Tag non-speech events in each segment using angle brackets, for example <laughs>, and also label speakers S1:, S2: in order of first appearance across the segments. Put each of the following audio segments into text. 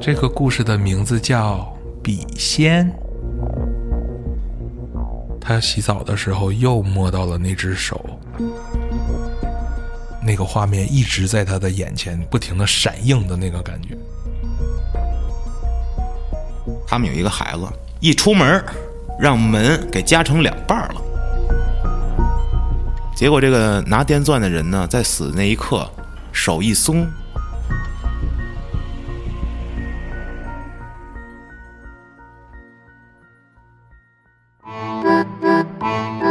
S1: 这个故事的名字叫《笔仙》。他洗澡的时候又摸到了那只手，那个画面一直在他的眼前不停的闪映的那个感觉。
S2: 他们有一个孩子，一出门让门给夹成两半了。结果这个拿电钻的人呢，在死的那一刻手一松，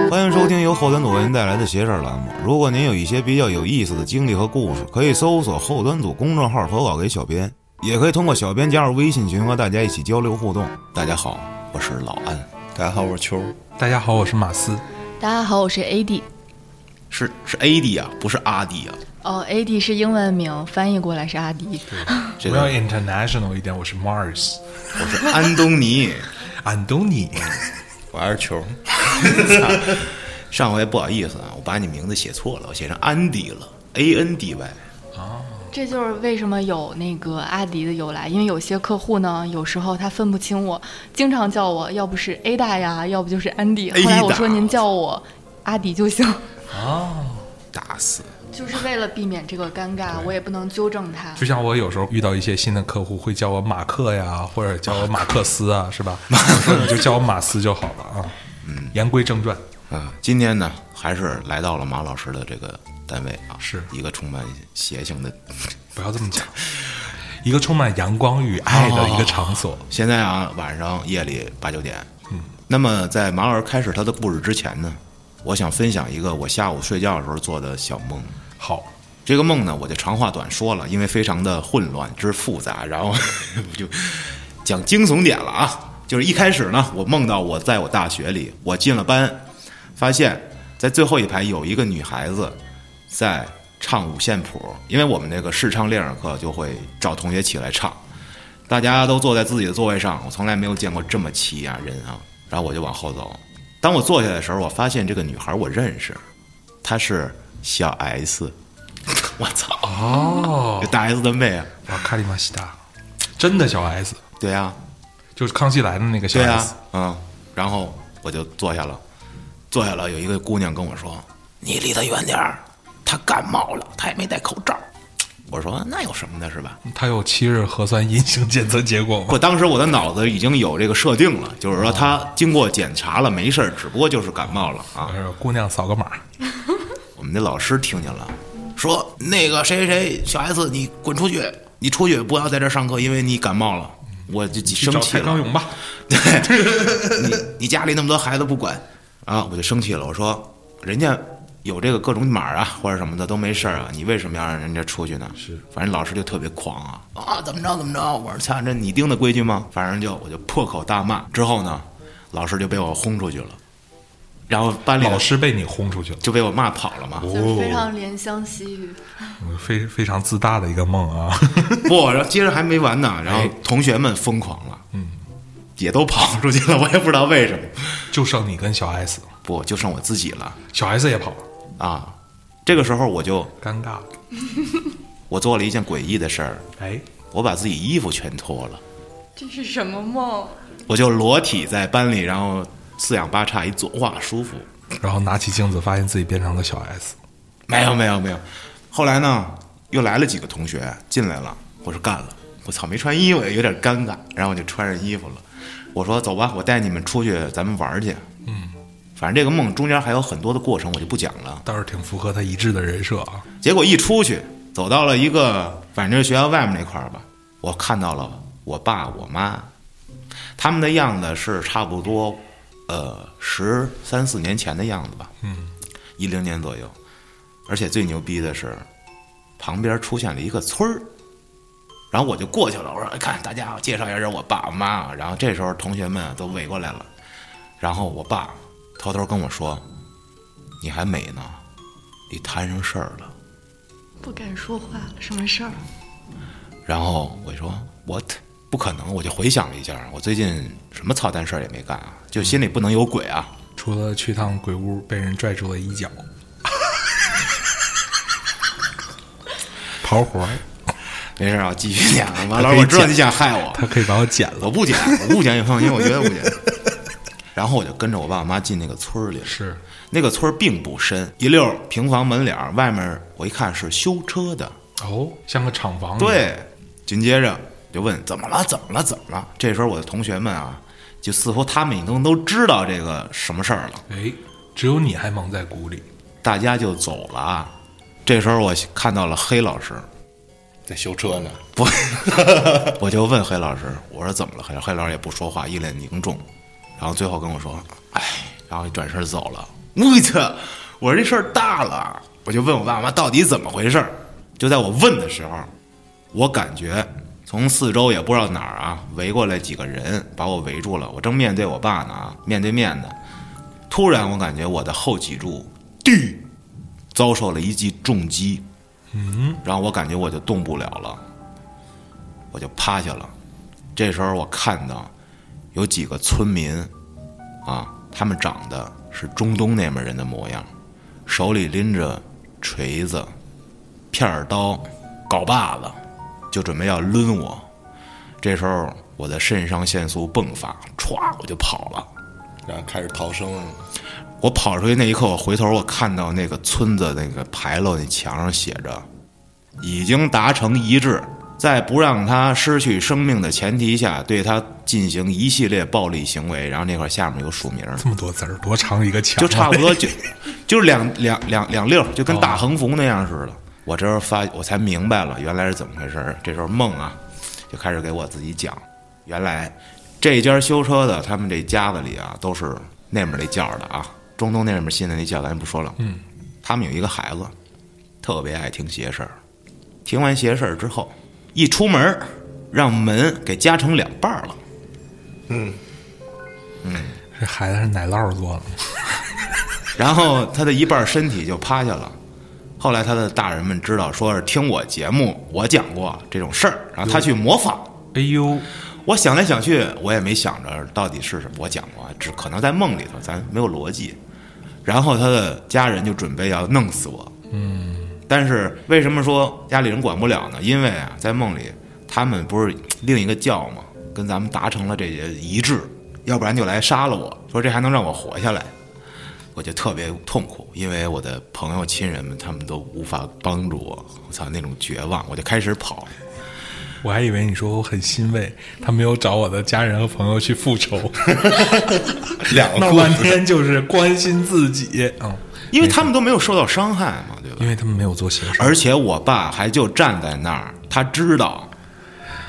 S3: 欢迎收听由后端组为您带来的“邪事儿”栏目。如果您有一些比较有意思的经历和故事，可以搜索后端组公众号投稿给小编，也可以通过小编加入微信群和大家一起交流互动。
S2: 大家好，我是老安，
S4: 大家好，我是秋儿。
S1: 大家好，我是马斯。
S5: 大家好，我是 AD。
S2: 是是 AD 啊，不是阿 D 啊。
S5: 哦，AD 是英文名，翻译过来是阿迪。
S2: 这
S1: 我要
S2: 个
S1: international 一点，我是 Mars，
S2: 我是安东尼。
S1: 安东尼。
S4: 我还是球儿，
S2: <laughs> 上回不好意思啊，我把你名字写错了，我写成安迪了，A N D Y。
S5: 这就是为什么有那个阿迪的由来，因为有些客户呢，有时候他分不清我，经常叫我要不是 A 大呀，要不就是安迪。
S2: Ada
S5: 后来我说您叫我阿迪就行，
S2: 打死！
S5: 就是为了避免这个尴尬，我也不能纠正他。
S1: 就像我有时候遇到一些新的客户，会叫我马克呀，或者叫我马克思啊，
S2: <laughs>
S1: 是吧？我说你就叫我马斯就好了啊。嗯，言归正传，
S2: 啊，今天呢，还是来到了马老师的这个单位啊，
S1: 是
S2: 一个充满邪性的。
S1: 不要这么讲。一个充满阳光与爱的一个场所，
S2: 现在啊，晚上夜里八九点。嗯。那么，在马老师开始他的故事之前呢，我想分享一个我下午睡觉的时候做的小梦。
S1: 好，
S2: 这个梦呢，我就长话短说了，因为非常的混乱之复杂，然后 <laughs> 我就讲惊悚点了啊。就是一开始呢，我梦到我在我大学里，我进了班，发现在最后一排有一个女孩子在唱五线谱，因为我们那个视唱练耳课就会找同学起来唱，大家都坐在自己的座位上，我从来没有见过这么齐啊人啊。然后我就往后走，当我坐下的时候，我发现这个女孩我认识，她是小 S，我 <laughs> 操！
S1: 哦
S2: 有，大 S 的妹啊，
S1: 哇，卡里马西达，真的小 S，
S2: 对呀、
S1: 就是康熙来的那个小
S2: 对呀、
S1: S，、
S2: 嗯，然后我就坐下了，坐下了，有一个姑娘跟我说：“你离她远点儿，她感冒了，她也没戴口罩。”我说：“那有什么的，是吧
S1: 他有七日核酸阴性检测结果？”吗？
S2: 不，当时我的脑子已经有这个设定了，就是说她经过检查了，没事儿，只不过就是感冒了啊
S1: 我。说哎姑娘扫个码，
S2: 我们那老师听见了，说：“那个谁谁谁，小 S，你滚出去，你出去不要在这儿上课，因为你感冒了。”我就
S1: 去
S2: 生
S1: 找
S2: 气
S1: 蔡
S2: 了，
S1: 康永吧。
S2: 对，你你家里那么多孩子不管啊，我就生气了。我说人家有这个各种码啊或者什么的都没事儿啊，你为什么要让人家出去呢？是，反正老师就特别狂啊啊，怎么着怎么着？我说操，这你定的规矩吗？反正就我就破口大骂。之后呢，老师就被我轰出去了，然后班里的
S1: 老师被你轰出去了，
S2: 就被我骂跑了嘛。
S5: 就是非常怜香惜玉，
S1: 非非常自大的一个梦啊！ <laughs>
S2: 不，然后接着还没完呢，然后同学们疯狂了，嗯，也都跑出去了，我也不知道为什么。
S1: 就剩你跟小 S，
S2: 不，就剩我自己了。
S1: 小 S 也跑了，
S2: 啊，这个时候我就
S1: 尴尬了。
S2: 我做了一件诡异的事儿，
S1: 哎，
S2: 我把自己衣服全脱了，
S5: 这是什么梦？
S2: 我就裸体在班里，然后四仰八叉一坐，哇，舒服。
S1: 然后拿起镜子，发现自己变成了小 S。
S2: 没有没有没有，后来呢，又来了几个同学进来了，我说干了，我操，没穿衣服有点尴尬，然后我就穿上衣服了，我说走吧，我带你们出去，咱们玩儿去。嗯，反正这个梦中间还有很多的过程，我就不讲了。
S1: 倒是挺符合他一致的人设啊！
S2: 结果一出去，走到了一个反正学校外面那块儿吧，我看到了我爸我妈，他们的样子是差不多，呃，十三四年前的样子吧，嗯，一零年左右。而且最牛逼的是，旁边出现了一个村儿，然后我就过去了，我说：“哎看大家，我介绍一下这是我爸我妈啊。”然后这时候同学们都围过来了，然后我爸偷偷跟我说：“你还美呢，你摊上事儿了。”
S5: 不敢说话了，什么事儿？
S2: 然后我说 what？不可能！我就回想了一下，我最近什么操蛋事儿也没干啊，就心里不能有鬼啊。
S1: <laughs> 除了去趟鬼屋被人拽住了衣角，好活儿，
S2: 没事啊，继续讲。
S1: 嗯
S2: 完了，我知道你想害我，
S1: 他可以把我剪了。
S2: 我
S1: <laughs>
S2: 不剪，我不剪，你放心，我绝对不剪。然后我就跟着我爸我妈进那个村儿里了，
S1: 是
S2: 那个村儿并不深，一溜儿平房门脸儿，外面儿我一看是修车的，
S1: 哦，像个厂房。，
S2: 对，紧接着就问怎么了，怎么了，怎么了？这时候我的同学们啊，就似乎他们已经都知道这个什么事儿了，
S1: 哎，只有你还蒙在鼓里。
S2: 大家就走了啊。这时候我看到了黑老师，
S4: 在修车呢，
S2: 不， <laughs> 我就问黑老师，我说怎么了？黑老黑老师也不说话，一脸凝重，然后最后跟我说，哎，然后转身走了。我操！我说这事儿大了，我就问我爸妈到底怎么回事儿。就在我问的时候，我感觉从四周也不知道哪儿啊围过来几个人，把我围住了。我正面对我爸呢啊，面对面的。突然，我感觉我的后脊柱，地遭受了一记重击，嗯，然后我感觉我就动不了了。我就趴下了。这时候我看到有几个村民，啊，他们长得是中东那边人的模样，手里拎着锤子、片儿刀、镐把子，就准备要抡我。这时候我的肾上腺素迸发，歘，我就跑了。
S4: 然后开始逃生，
S2: 我跑出去那一刻，我回头我看到那个村子那个牌楼那墙上写着“已经达成一致，在不让他失去生命的前提下，对他进行一系列暴力行为”。然后那块下面有署名，
S1: 这么多字儿，多长一个墙啊？
S2: 就差不多就就是两两两两溜儿，就跟大横幅那样似的。我这时候发，我才明白了原来是怎么回事儿。这时候梦啊，就开始给我自己讲，原来这家修车的他们这家子里啊，都是那面那教的啊，中东那面信的那教，咱就不说了。嗯，他们有一个孩子，特别爱听邪事儿。听完邪事儿之后，一出门儿让门给夹成两半儿了。
S1: 这孩子是奶酪做的，
S2: 然后他的一半身体就趴下了。后来他的大人们知道，说是听我节目，我讲过这种事儿，然后他去模仿。
S1: 哎呦，
S2: 我想来想去，我也没想着到底是什么，我讲过，只可能在梦里头，咱没有逻辑。然后他的家人就准备要弄死我。嗯，但是为什么说家里人管不了呢？因为啊，在梦里他们不是另一个教嘛，跟咱们达成了这些一致，要不然就来杀了我，说这还能让我活下来。我就特别痛苦，因为我的朋友、亲人们他们都无法帮助我，我操那种绝望，我就开始跑。
S1: 我还以为你说我很欣慰，他没有找我的家人和朋友去复 <laughs> 仇，
S4: 两个
S1: 闹
S4: 故
S1: 半
S4: 事，
S1: 天就是关心自己，嗯，
S2: 因为他们都没有受到伤害嘛，对吧？
S1: 因为他们没有做邪事儿，
S2: 而且我爸还就站在那儿，他知道，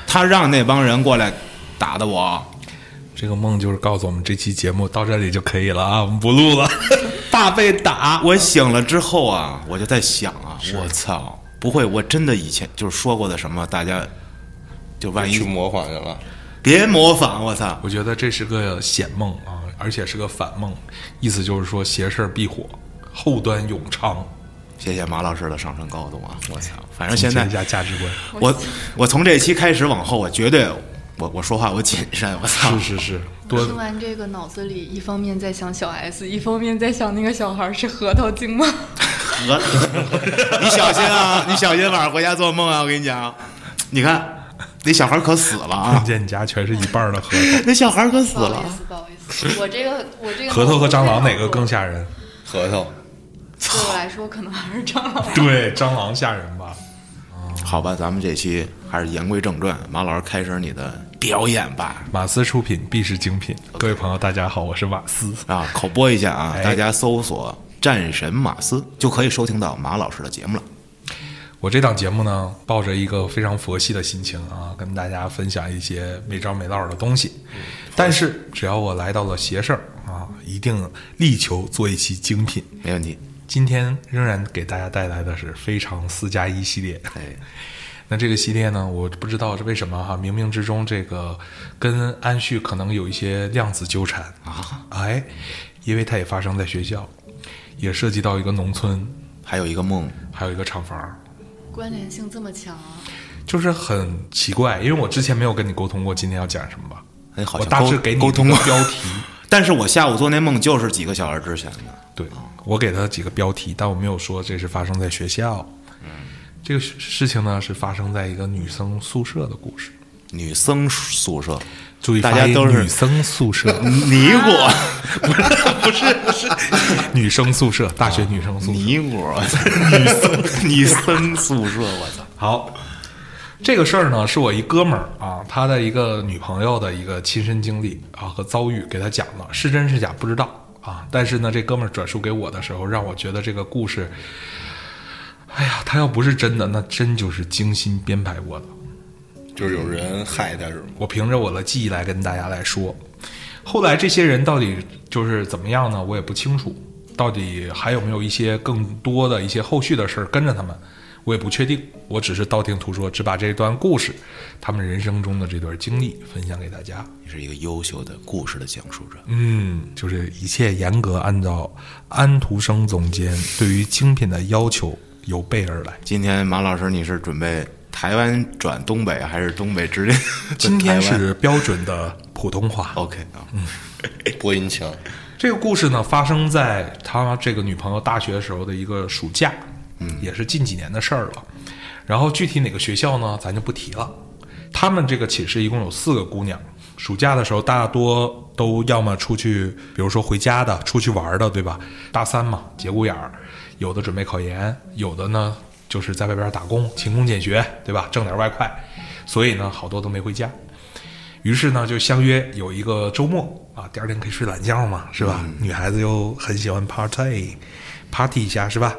S2: 他让那帮人过来打的我。
S1: 这个梦就是告诉我们这期节目到这里就可以了啊，我们不录 <laughs> 了，怕被打。
S2: 我醒了之后啊，我就在想啊，我操，不会我真的以前就是说过的什么，大家就万
S4: 去
S2: 一
S4: 模仿去了，
S2: 别模仿，我操，
S1: 啊我觉得这是个险梦啊，而且是个反梦，意思就是说邪事儿必火，后端永昌。
S2: 谢谢马老师的上升高度啊，我操，反正
S1: 总
S2: 现
S1: 结
S2: 在
S1: 一下价值观，
S2: 我我从这期开始往后，我绝对我我说话我谨慎，我操，
S1: 是是是，多
S5: 听完这个，脑子里一方面在想小 S，一方面在想那个小孩是核桃精吗？
S2: 我 <laughs> 你小心啊！你小心晚上回家做梦啊！我跟你讲，你看那小孩可死了
S1: 看
S2: 啊！
S1: 见你家全是一半儿的核桃，
S2: 那小孩可死
S5: 不
S1: <laughs>
S5: 好意
S2: 了，
S5: 思，不好意思，我这个我这个
S1: 核桃和蟑螂哪个更吓人？
S4: 核桃
S5: 对我来说可能还是蟑
S1: <laughs>
S5: 螂。
S1: 对，蟑螂吓人吧？
S2: 好吧，咱们这期还是言归正传，马老师开始你的表演吧。
S1: 马斯出品必是精品。各位朋友，大家好，我是马斯。
S2: 啊，口播一下啊，
S1: 哎
S2: 大家搜索“战神马斯”就可以收听到马老师的节目了。
S1: 我这档节目呢，抱着一个非常佛系的心情啊，跟大家分享一些没招没落的东西。但是只要我来到了邪事儿啊，一定力求做一期精品。
S2: 没问题，
S1: 今天仍然给大家带来的是非常四加一系列。
S2: 哎，
S1: 那这个系列呢，我不知道是为什么哈，冥冥之中这个跟安旭可能有一些量子纠缠啊，哎，因为它也发生在学校，也涉及到一个农村，
S2: 还有一个梦，
S1: 还有一个厂房，
S5: 关联性这么强啊！
S1: 就是很奇怪，因为我之前没有跟你沟通过今天要讲什么吧？
S2: 哎，好
S1: 我
S2: 像
S1: 大
S2: 沟
S1: 致给你
S2: 沟通过
S1: 一个标题，
S2: 但是我下午做那梦就是几个小时 <laughs> 之前的。
S1: 对我给他几个标题，但我没有说这是发生在学校，这个事事情呢是发生在一个女生宿舍的故事。
S2: 女生宿舍，
S1: 注意
S2: 大
S1: 发
S2: 家
S1: 音
S2: 都是
S1: 女生宿
S2: <laughs>
S1: 舍，
S2: 尼
S1: <laughs>
S2: 姑，
S1: 女生宿舍，大学女生宿舍。
S2: 尼姑，女生女生宿舍，我操！
S1: 好，这个事儿呢，是我一哥们儿啊，他的一个女朋友的一个亲身经历啊和遭遇给他讲的，是真是假不知道啊。但是呢，这哥们儿转述给我的时候，让我觉得这个故事，哎呀，他要不是真的，那真就是精心编排过的。
S4: 就是有人害他是吗？
S1: 我凭着我的记忆来跟大家来说。后来这些人到底就是怎么样呢？我也不清楚，到底还有没有一些更多的一些后续的事儿跟着他们，我也不确定。我只是道听途说，只把这段故事，他们人生中的这段经历分享给大家。
S2: 你是一个优秀的故事的讲述者，
S1: 嗯，就是一切严格按照安徒生总监对于精品的要求有备而来。
S2: 今天马老师，你是准备台湾转东北，还是东北直接奔
S1: 今天
S2: 台湾
S1: 是标准的普通话。
S2: OK 啊？
S4: 播音腔，
S1: 这个故事呢，发生在他这个女朋友大学时候的一个暑假，嗯，也是近几年的事儿了。然后具体哪个学校呢，咱就不提了。他们这个寝室一共有四个姑娘，暑假的时候大多都要么出去，比如说回家的，出去玩儿的，对吧？大三嘛，节骨眼儿，有的准备考研，有的呢就是在外边打工，勤工俭学，对吧？挣点外快，所以呢，好多都没回家。于是呢，就相约有一个周末啊，第二天可以睡懒觉嘛，是吧？女孩子又很喜欢 party，party 一下是吧？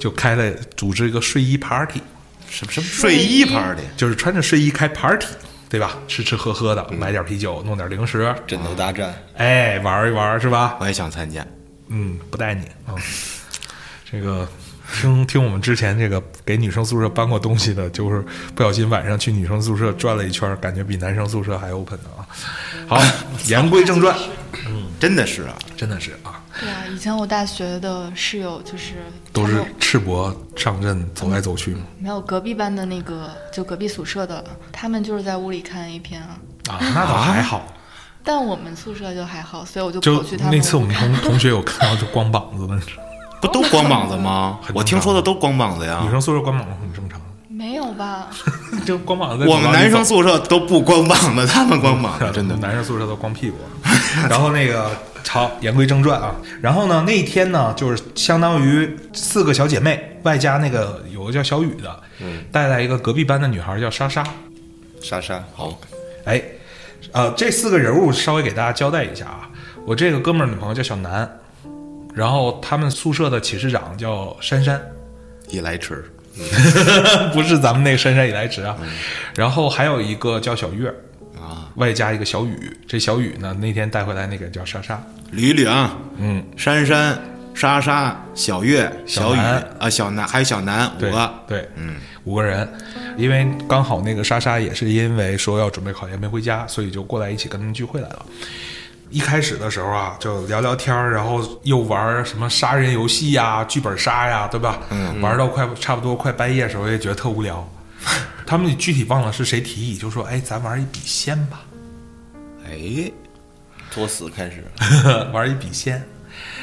S1: 就开了组织一个睡衣 party，
S2: 什么什么啊睡衣
S5: 睡衣
S2: party？
S1: 就是穿着睡衣开 party，对吧？吃吃喝喝的，买点啤酒，弄点零食，
S4: 枕头大战，
S1: 哎，玩一玩是吧？
S2: 我也想参加。
S1: 嗯，不带你啊、这个听听我们之前这个给女生宿舍搬过东西的，就是不小心晚上去女生宿舍转了一圈，感觉比男生宿舍还 open 呢啊。好，言归正传，
S2: 真的是啊，
S1: 真的是啊。
S5: 对啊，以前我大学的室友就是
S1: 都
S5: 他
S1: 是
S5: 们
S1: 赤膊上阵走来走去嘛。
S5: 没有隔壁班的那个，就隔壁宿舍的，他们就是在屋里看 A 片啊。
S1: 啊，那倒还好。
S5: 但我们宿舍就还好，所以我就
S1: 就
S5: 跑去他们
S1: 那次我
S5: 屋
S1: 们
S5: 看
S1: 同同学有看到就光膀子的，
S2: 不都光膀子吗
S1: 很？
S2: 我
S1: 正常
S2: 听说的都光膀子呀
S1: 女。生宿舍光膀子很正常，
S5: 没有吧？
S1: 啊 <laughs> 就光膀子在走
S2: 我
S1: 廊里走。
S2: 们男生宿舍都不光膀子，他们光膀
S1: <laughs>
S2: 子，真的。
S1: 男生宿舍都光屁股。 <laughs> 然后那个好，言归正传啊。然后呢，那一天呢，就是相当于四个小姐妹，外加那个有个叫小雨的，带来一个隔壁班的女孩叫莎莎。
S4: 莎莎好，
S1: 哎，呃，这四个人物稍微给大家交代一下啊。我这个哥们儿女朋友叫小南，然后他们宿舍的寝室长叫珊 <laughs> 珊，
S2: 一来吃，
S1: 不是咱们那个姗姗以来迟啊。然后还有一个叫小月啊，外加一个小雨。这小雨呢，那天带回来那个叫莎莎，
S2: 捋一捋啊，
S1: 嗯，
S2: 珊珊、莎莎、小月、
S1: 小
S2: 小雨
S1: 南
S2: 啊，小南还有小南五
S1: 对
S2: 个，
S1: 对，嗯，五个人。因为刚好那个莎莎也是因为说要准备考研没回家，所以就过来一起跟他们聚会来了。一开始的时候啊，就聊聊天儿，然后又玩儿什么杀人游戏呀、剧本杀呀，对吧？嗯，玩到快差不多快半夜的时候，也觉得特无聊。他们具体忘了是谁提议，就说：“哎，咱玩一笔仙吧。”
S2: 哎，
S4: 作死
S2: <laughs>
S4: 开始，
S1: <laughs> 玩一笔仙。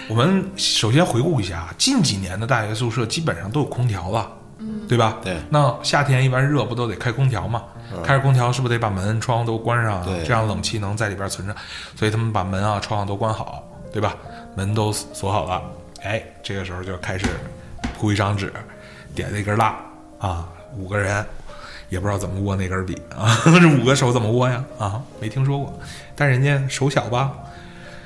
S1: 我们首先回顾一下，啊近几年的大学宿舍基本上都有空调了，嗯，对吧？
S2: 对
S1: 那夏天一般热不都得开空调嘛？开着空调是不是得把门窗都关上啊？
S2: 对
S1: 这样冷气能在里边存着。所以他们把门啊、窗啊都关好，对吧？门都锁好了。哎，这个时候就开始铺一张纸，点了一根蜡啊，五个人也不知道怎么握那根笔啊， <laughs> 这五个手怎么握呀？啊，没听说过，但人家手小吧？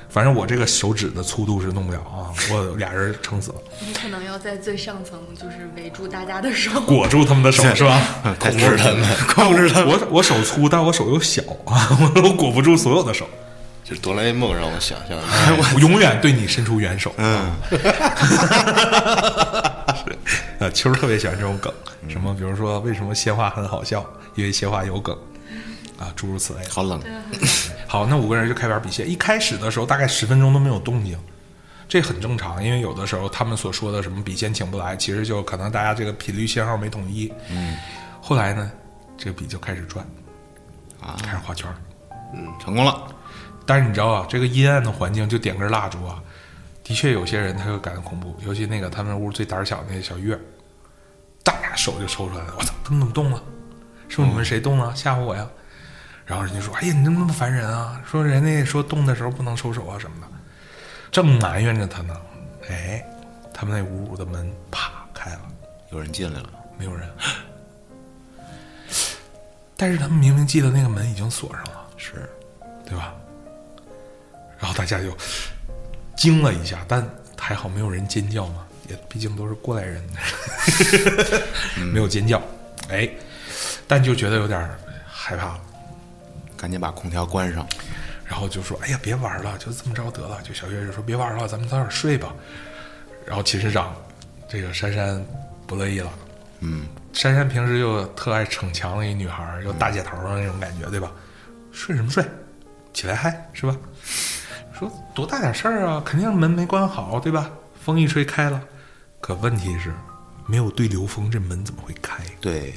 S1: 反正我这个手指的粗度是弄不了啊，我俩人撑死了，
S5: 你可能要在最上层，就是围住大家的手。
S1: 裹住他们的手是吧？
S2: <laughs> 太吃他们， <laughs> 控制他们。
S1: 我我手粗，但我手又小 <laughs> 啊，我我裹不住所有的手，
S4: 就是哆啦 A 梦让我想象一下，
S1: 我 <laughs> 永远对你伸出援手。 <laughs>
S2: 嗯，
S1: 呃，秋儿特别喜欢这种梗，什么比如说为什么鲜花很好笑，因为鲜花有梗啊，诸如此类的。
S2: 好冷，
S1: 好，那五个人就开玩笔仙。一开始的时候，大概十分钟都没有动静，这很正常，因为有的时候他们所说的什么笔仙请不来，其实就可能大家这个频率信号没统一。嗯，后来呢，这个笔就开始转，啊，开始画圈儿。
S2: 成功了。
S1: 但是你知道啊，这个阴暗的环境就点根蜡烛啊，的确有些人他会感到恐怖，尤其那个他们屋最胆小那个小月，大啪手就抽出来了，我操，他们怎么动了？是不是你们谁动了？吓唬我呀？然后人家说，哎呀，你怎么那么烦人啊？说人家说动的时候不能抽手啊什么的，正埋怨着他呢，哎，他们那屋的门啪开了，
S2: 有人进来了，
S1: 没有人， <sighs> 但是他们明明记得那个门已经锁上了。
S2: 是
S1: 对吧？然后大家就惊了一下，但还好没有人尖叫嘛，也毕竟都是过来人， <laughs> 没有尖叫。哎，但就觉得有点儿害怕了，
S2: 赶紧把空调关上。
S1: 然后就说：“哎呀，别玩了，就这么着得了。”就小月就说：“别玩了，咱们早点睡吧。”然后寝室长这个珊珊不乐意了，
S2: 嗯，
S1: 珊珊平时又特爱逞强的一女孩儿，又大姐头儿的那种感觉，对吧？睡什么睡，起来嗨，是吧？说多大点事儿啊，肯定门没关好，对吧？风一吹开了，可问题是，没有对流风，这门怎么会开？
S2: 对，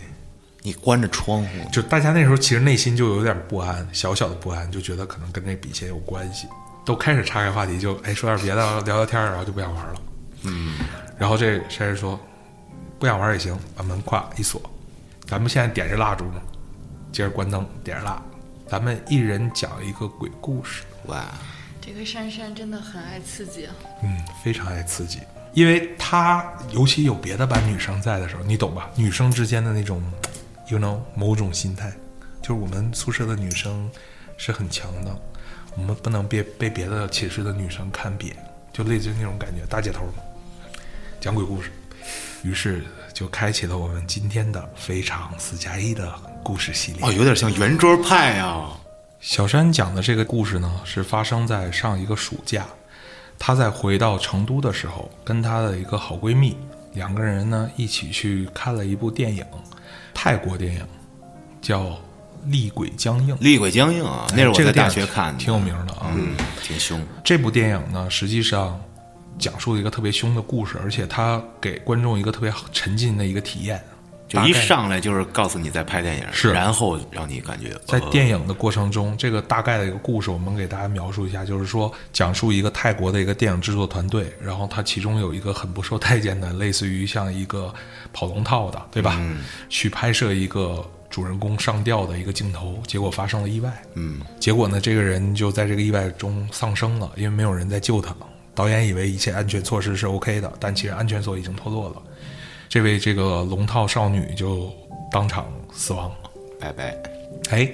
S2: 你关着窗户，
S1: 就大家那时候其实内心就有点不安，小小的不安，就觉得可能跟这笔钱有关系，都开始岔开话题，就哎说点别的，聊聊天儿，然后就不想玩了。嗯，然后这山人说不想玩也行，把门跨一锁，咱们现在点着蜡烛呢，接着关灯，点着蜡，咱们一人讲一个鬼故事。
S2: 哇，
S5: <laughs> 这个珊珊真的很爱刺激啊！
S1: 嗯，非常爱刺激，因为他尤其有别的班女生在的时候，你懂吧？女生之间的那种，you know，某种心态，就是我们宿舍的女生是很强的，我们不能被被别的寝室的女生看扁，就类似于那种感觉，大姐头嘛，讲鬼故事，于是就开启了我们今天的非常四加一的故事系列。
S2: 哦，有点像圆桌派啊。
S1: 小山讲的这个故事呢，是发生在上一个暑假，她在回到成都的时候，跟她的一个好闺蜜，两个人呢一起去看了一部电影，泰国电影，叫《厉鬼僵硬》。
S2: 厉鬼僵硬啊，那是我
S1: 哎这
S2: 在
S1: 个
S2: 大
S1: 电
S2: 学
S1: 影
S2: 看的，
S1: 挺有名的啊。
S2: 嗯，挺凶。
S1: 这部电影呢，实际上讲述了一个特别凶的故事，而且它给观众一个特别沉浸的一个体验。
S2: 就一上来就是告诉你在拍电影，
S1: 是
S2: 然后让你感觉
S1: 在
S2: 呃
S1: 电影的过程中，这个大概的一个故事，我们给大家描述一下，就是说讲述一个泰国的一个电影制作团队，然后它其中有一个很不受待见的，类似于像一个跑龙套的，对吧？去拍摄一个主人公上吊的一个镜头，结果发生了意外。
S2: 嗯，
S1: 结果呢，这个人就在这个意外中丧生了，因为没有人在救他。导演以为一切安全措施是 OK 的，但其实安全锁已经脱落了。这位这个龙套少女就当场死亡了。
S2: 呃拜拜。
S1: 哎，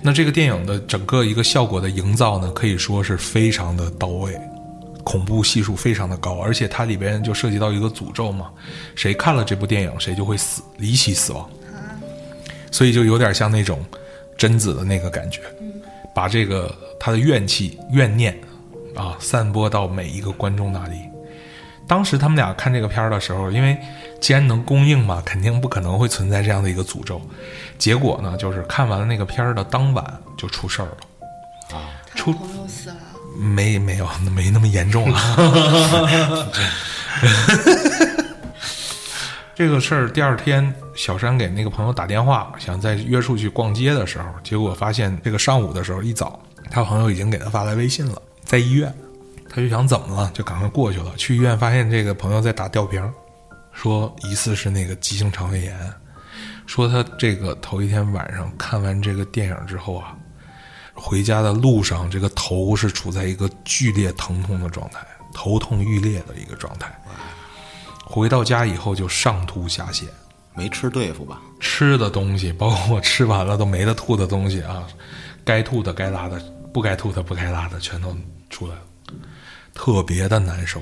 S1: 那这个电影的整个一个效果的营造呢，可以说是非常的到位，恐怖系数非常的高，而且它里边就涉及到一个诅咒嘛，谁看了这部电影谁就会死，离奇死亡，所以就有点像那种贞子的那个感觉，把这个他的怨气、怨念啊散播到每一个观众那里。当时他们俩看这个片儿的时候，因为既然能公映嘛，肯定不可能会存在这样的一个诅咒。结果呢，就是看完了那个片儿的当晚就出事儿了。
S5: 她
S1: 出
S5: 朋友死了，
S1: 没没有没那么严重啊。 <laughs> 这个事儿第二天，小山给那个朋友打电话，想再约出去逛街的时候，结果发现这个上午的时候一早，他朋友已经给他发来微信了，在医院。他就想怎么了，就赶快过去了。去医院发现这个朋友在打吊瓶儿，说疑似是那个急性肠胃炎。说他这个头一天晚上看完这个电影之后啊，回家的路上，这个头是处在一个剧烈疼痛的状态，头痛欲裂的一个状态。回到家以后就上吐下泻，
S2: 没吃对付吧？
S1: 吃的东西，包括吃完了都没得吐的东西啊， <laughs> 该吐的、该拉的、不该吐的、不该拉的，全都出来了，特别的难受。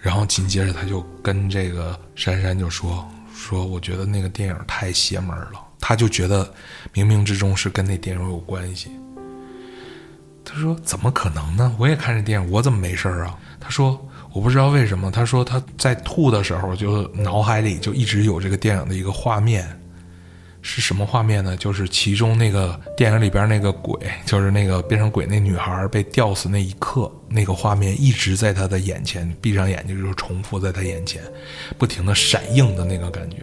S1: 然后紧接着他就跟这个珊珊就说：“说我觉得那个电影太邪门了。”他就觉得冥冥之中是跟那电影有关系。他说：“怎么可能呢？我也看这电影，我怎么没事儿啊？”他说：“我不知道为什么。”他说他在吐的时候，就脑海里就一直有这个电影的一个画面，是什么画面呢？就是其中那个电影里边那个鬼， <laughs> 就是那个变成鬼那女孩被吊死那一刻，那个画面一直在他的眼前，闭上眼睛就是重复在他眼前，不停的闪映的那个感觉，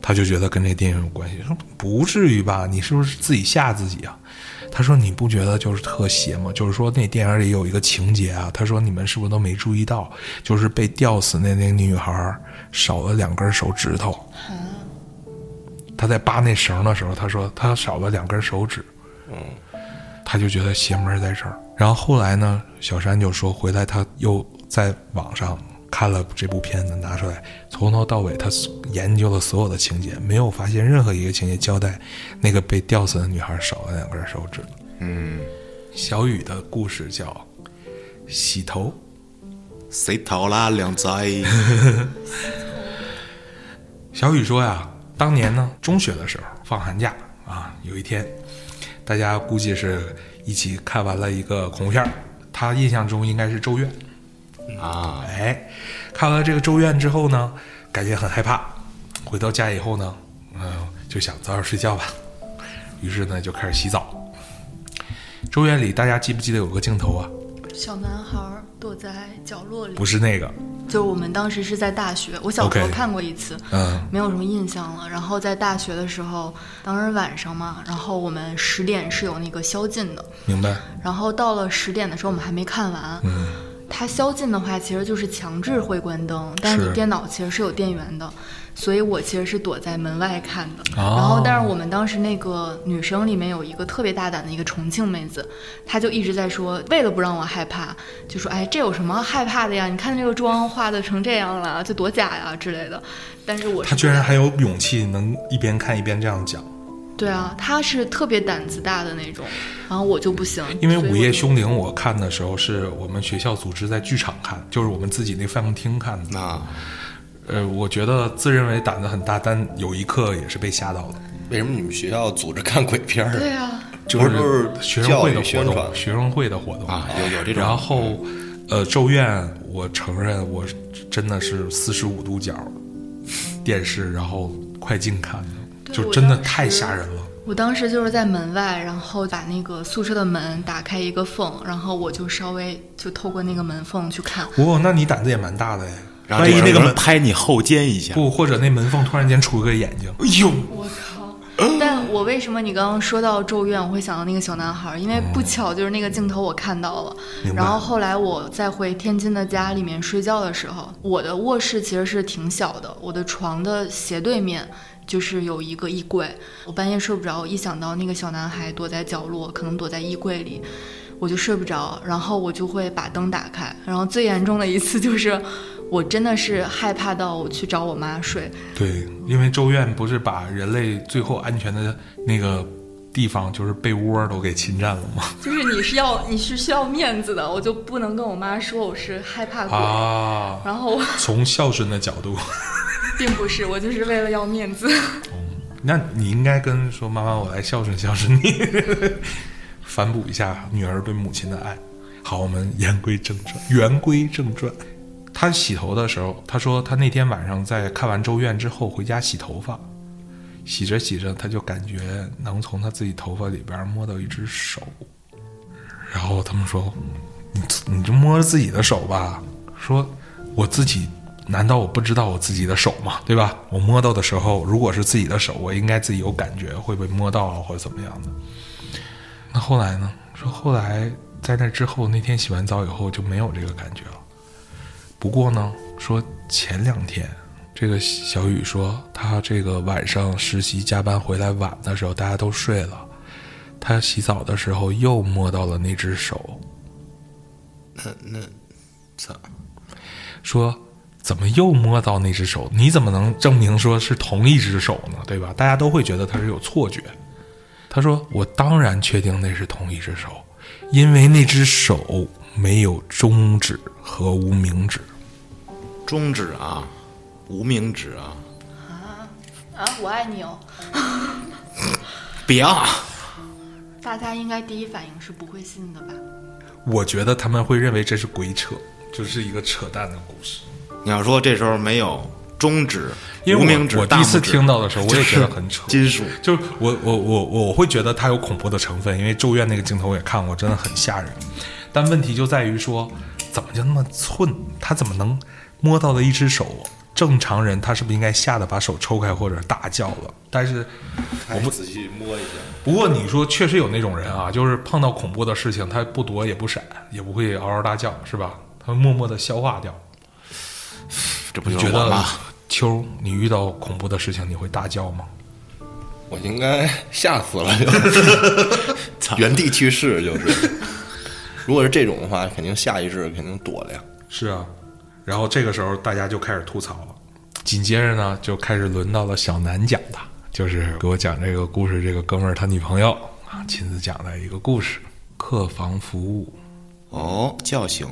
S1: 他就觉得跟这电影有关系。说不至于吧？你是不是自己吓自己啊？他说你不觉得就是特邪吗？就是说那电影里有一个情节啊，他说你们是不是都没注意到？就是被吊死那那个女孩少了两根手指头。他在扒那绳的时候，他说他少了两根手指，嗯，他就觉得邪门在这儿。然后后来呢，小山就说回来他又在网上看了这部片子，拿出来从头到尾他研究了所有的情节，没有发现任何一个情节交代那个被吊死的女孩少了两根手指。嗯，小雨的故事叫洗头。
S2: 谁掏啦
S1: <laughs>
S2: 两灾？
S1: 小雨说呀，当年呢，中学的时候放寒假啊，有一天，大家估计是一起看完了一个恐怖片儿，他印象中应该是《咒怨》啊。哎，看完这个《咒怨》之后呢，感觉很害怕。回到家以后呢，嗯、就想早点睡觉吧。于是呢，就开始洗澡。《咒怨》里大家记不记得有个镜头啊？
S5: 小男孩儿躲在角落里，
S1: 不是那个，
S5: 就是我们当时是在大学，我小时候
S1: OK
S5: 看过一次
S1: 嗯
S5: 没有什么印象了。然后在大学的时候，当时晚上嘛，然后我们十点是有那个宵禁的，
S1: 明白？
S5: 然后到了十点的时候我们还没看完。
S1: 嗯
S5: 它宵禁的话，其实就是强制会关灯，但是
S1: 是
S5: 你电脑其实是有电源的，所以我其实是躲在门外看的。
S1: 哦
S5: 然后，但是我们当时那个女生里面有一个特别大胆的一个重庆妹子，她就一直在说，为了不让我害怕，就说：“哎，这有什么害怕的呀？你看这个妆化的成这样了，就多假呀之类的。”但是我是
S1: 他居然还有勇气能一边看一边这样讲。
S5: 对啊，她是特别胆子大的那种，然后我就不行，
S1: 因为
S5: 所以
S1: 《午
S5: 我
S1: 夜
S5: 就
S1: 凶铃》，我看的时候是我们学校组织在剧场看，就是我们自己那饭厅看的。
S2: 啊，
S1: 呃，我觉得自认为胆子很大，但有一刻也是被吓到的，
S4: 为什么你们学校组织看鬼片儿？
S5: 对啊，
S1: 就
S4: 不是都是
S1: 学生会的
S4: 教育宣
S1: 活
S4: 传
S1: 动，学生会的活动
S2: 啊有有这种
S1: 然后，呃，《咒怨》，我承认我真的是四十五度角电视，然后快进看的，
S5: 对
S1: 就
S5: 我
S1: 真的
S5: 当时
S1: 太吓人了。
S5: 我当时就是在门外，然后把那个宿舍的门打开一个缝，然后我就稍微就透过那个门缝去看。
S1: 哦，那你胆子也蛮大的哎。
S2: 然后
S1: 万一那个
S2: 门
S1: 门
S2: 拍你后肩一下，
S1: 不，或者那门缝突然间出个眼睛，
S2: 哎呦，
S5: 我靠！ <laughs> 但我为什么你刚刚说到《咒怨》，我会想到那个小男孩儿？因为不巧就是那个镜头我看到了。
S1: 明白
S5: 然后后来我在回天津的家里面睡觉的时候，我的卧室其实是挺小的，我的床的斜对面。就是有一个衣柜，我半夜睡不着，一想到那个小男孩躲在角落，可能躲在衣柜里，我就睡不着，然后我就会把灯打开。然后最严重的一次就是，我真的是害怕到我去找我妈睡，
S1: 对，因为《咒怨》不是把人类最后安全的那个地方，就是被窝都给侵占了吗？
S5: 就是你是要你是需要面子的，我就不能跟我妈说我是害怕鬼。
S1: 啊，
S5: 然后我 <laughs>
S1: 从孝顺的角度，
S5: 并不是，我就是为了要面子。
S1: 哦那你应该跟说妈妈，我来孝顺孝顺你， <laughs> 反哺一下女儿对母亲的爱。好，我们言归正传，言归正传。他洗头的时候，他说他那天晚上在看完《咒怨》之后回家洗头发，洗着洗着，他就感觉能从他自己头发里边摸到一只手，然后他们说：“你你就摸着自己的手吧。”说：“我自己难道我不知道我自己的手吗？对吧？我摸到的时候，如果是自己的手，我应该自己有感觉会被摸到啊，或者怎么样的。”那后来呢？说后来在那之后，那天洗完澡以后就没有这个感觉了。不过呢，说前两天，这个小雨说他这个晚上实习加班回来晚的时候，大家都睡了，他洗澡的时候又摸到了那只手，
S4: 操，
S1: 说怎么又摸到那只手？你怎么能证明说是同一只手呢？对吧？大家都会觉得他是有错觉。他说：“我当然确定那是同一只手，因为那只手没有中指和无名指。”
S2: 中指啊，无名指啊，
S5: <laughs> 啊，我爱你哦！
S2: 别啊，
S5: 大家应该第一反应是不会信的吧？
S1: 我觉得他们会认为这是鬼扯，就是一个扯淡的故事。
S2: 你要说这时候没有中指、
S1: 因为
S2: 无
S1: 我
S2: 名指，
S1: 我第一次听到的时候，我也觉得很扯。
S2: 金属。
S1: 就是我我我我会觉得它有恐怖的成分，因为《咒怨》那个镜头我也看过，真的很吓人。但问题就在于说，怎么就那么寸？他怎么能摸到了一只手？正常人他是不是应该吓得把手抽开或者大叫了？但是
S2: 哎
S4: 我不仔细摸一下，
S1: 不过你说确实有那种人啊，就是碰到恐怖的事情，他不躲也不闪，也不会嗷嗷大叫，是吧？他默默的消化掉。
S2: 这不
S1: 你
S2: 就
S1: 觉
S2: 是我
S1: 得
S2: 吗？
S1: 秋儿，你遇到恐怖的事情你会大叫吗？
S4: 我应该吓死了，
S1: <laughs>
S4: 就是原地去世，就是。如果是这种的话，肯定下意识肯定躲了呀。
S1: 是啊，然后这个时候大家就开始吐槽了。紧接着呢，就开始轮到了小南讲的，就是给我讲这个故事，这个哥们儿他女朋友啊亲自讲的一个故事，客房服务。
S2: 哦，叫醒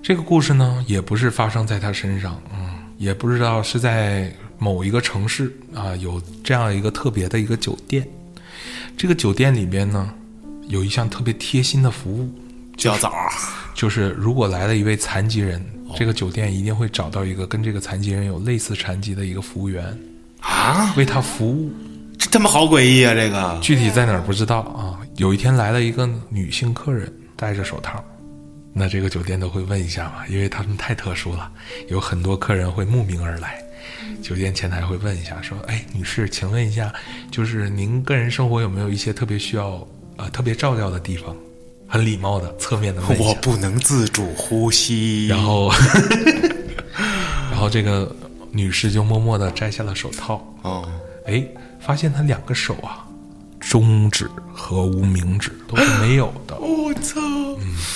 S1: 这个故事呢，也不是发生在他身上，嗯，也不知道是在某一个城市啊，有这样一个特别的一个酒店。这个酒店里边呢，有一项特别贴心的服务，
S2: 叫啊枣儿，
S1: 就是如果来了一位残疾人，
S2: 哦
S1: 这个酒店一定会找到一个跟这个残疾人有类似残疾的一个服务员
S2: 啊，
S1: 为他服务。
S2: 这他妈好诡异啊！这个
S1: 具体在哪儿不知道啊。
S2: 哦
S1: 有一天来了一个女性客人，戴着手套，那这个酒店都会问一下嘛，因为他们太特殊了，有很多客人会慕名而来。
S2: 嗯
S1: 酒店前台会问一下，说：“哎，女士，请问一下，就是您个人生活有没有一些特别需要呃特别照料的地方？”很礼貌的侧面的问一下。
S2: 我不能自主呼吸，
S1: 然后， <laughs> 然后这个女士就默默地摘下了手套，
S2: 哦，
S1: 哎，发现她两个手啊，中指和无名指都是没有的。
S2: <laughs>
S1: 嗯
S2: 我操，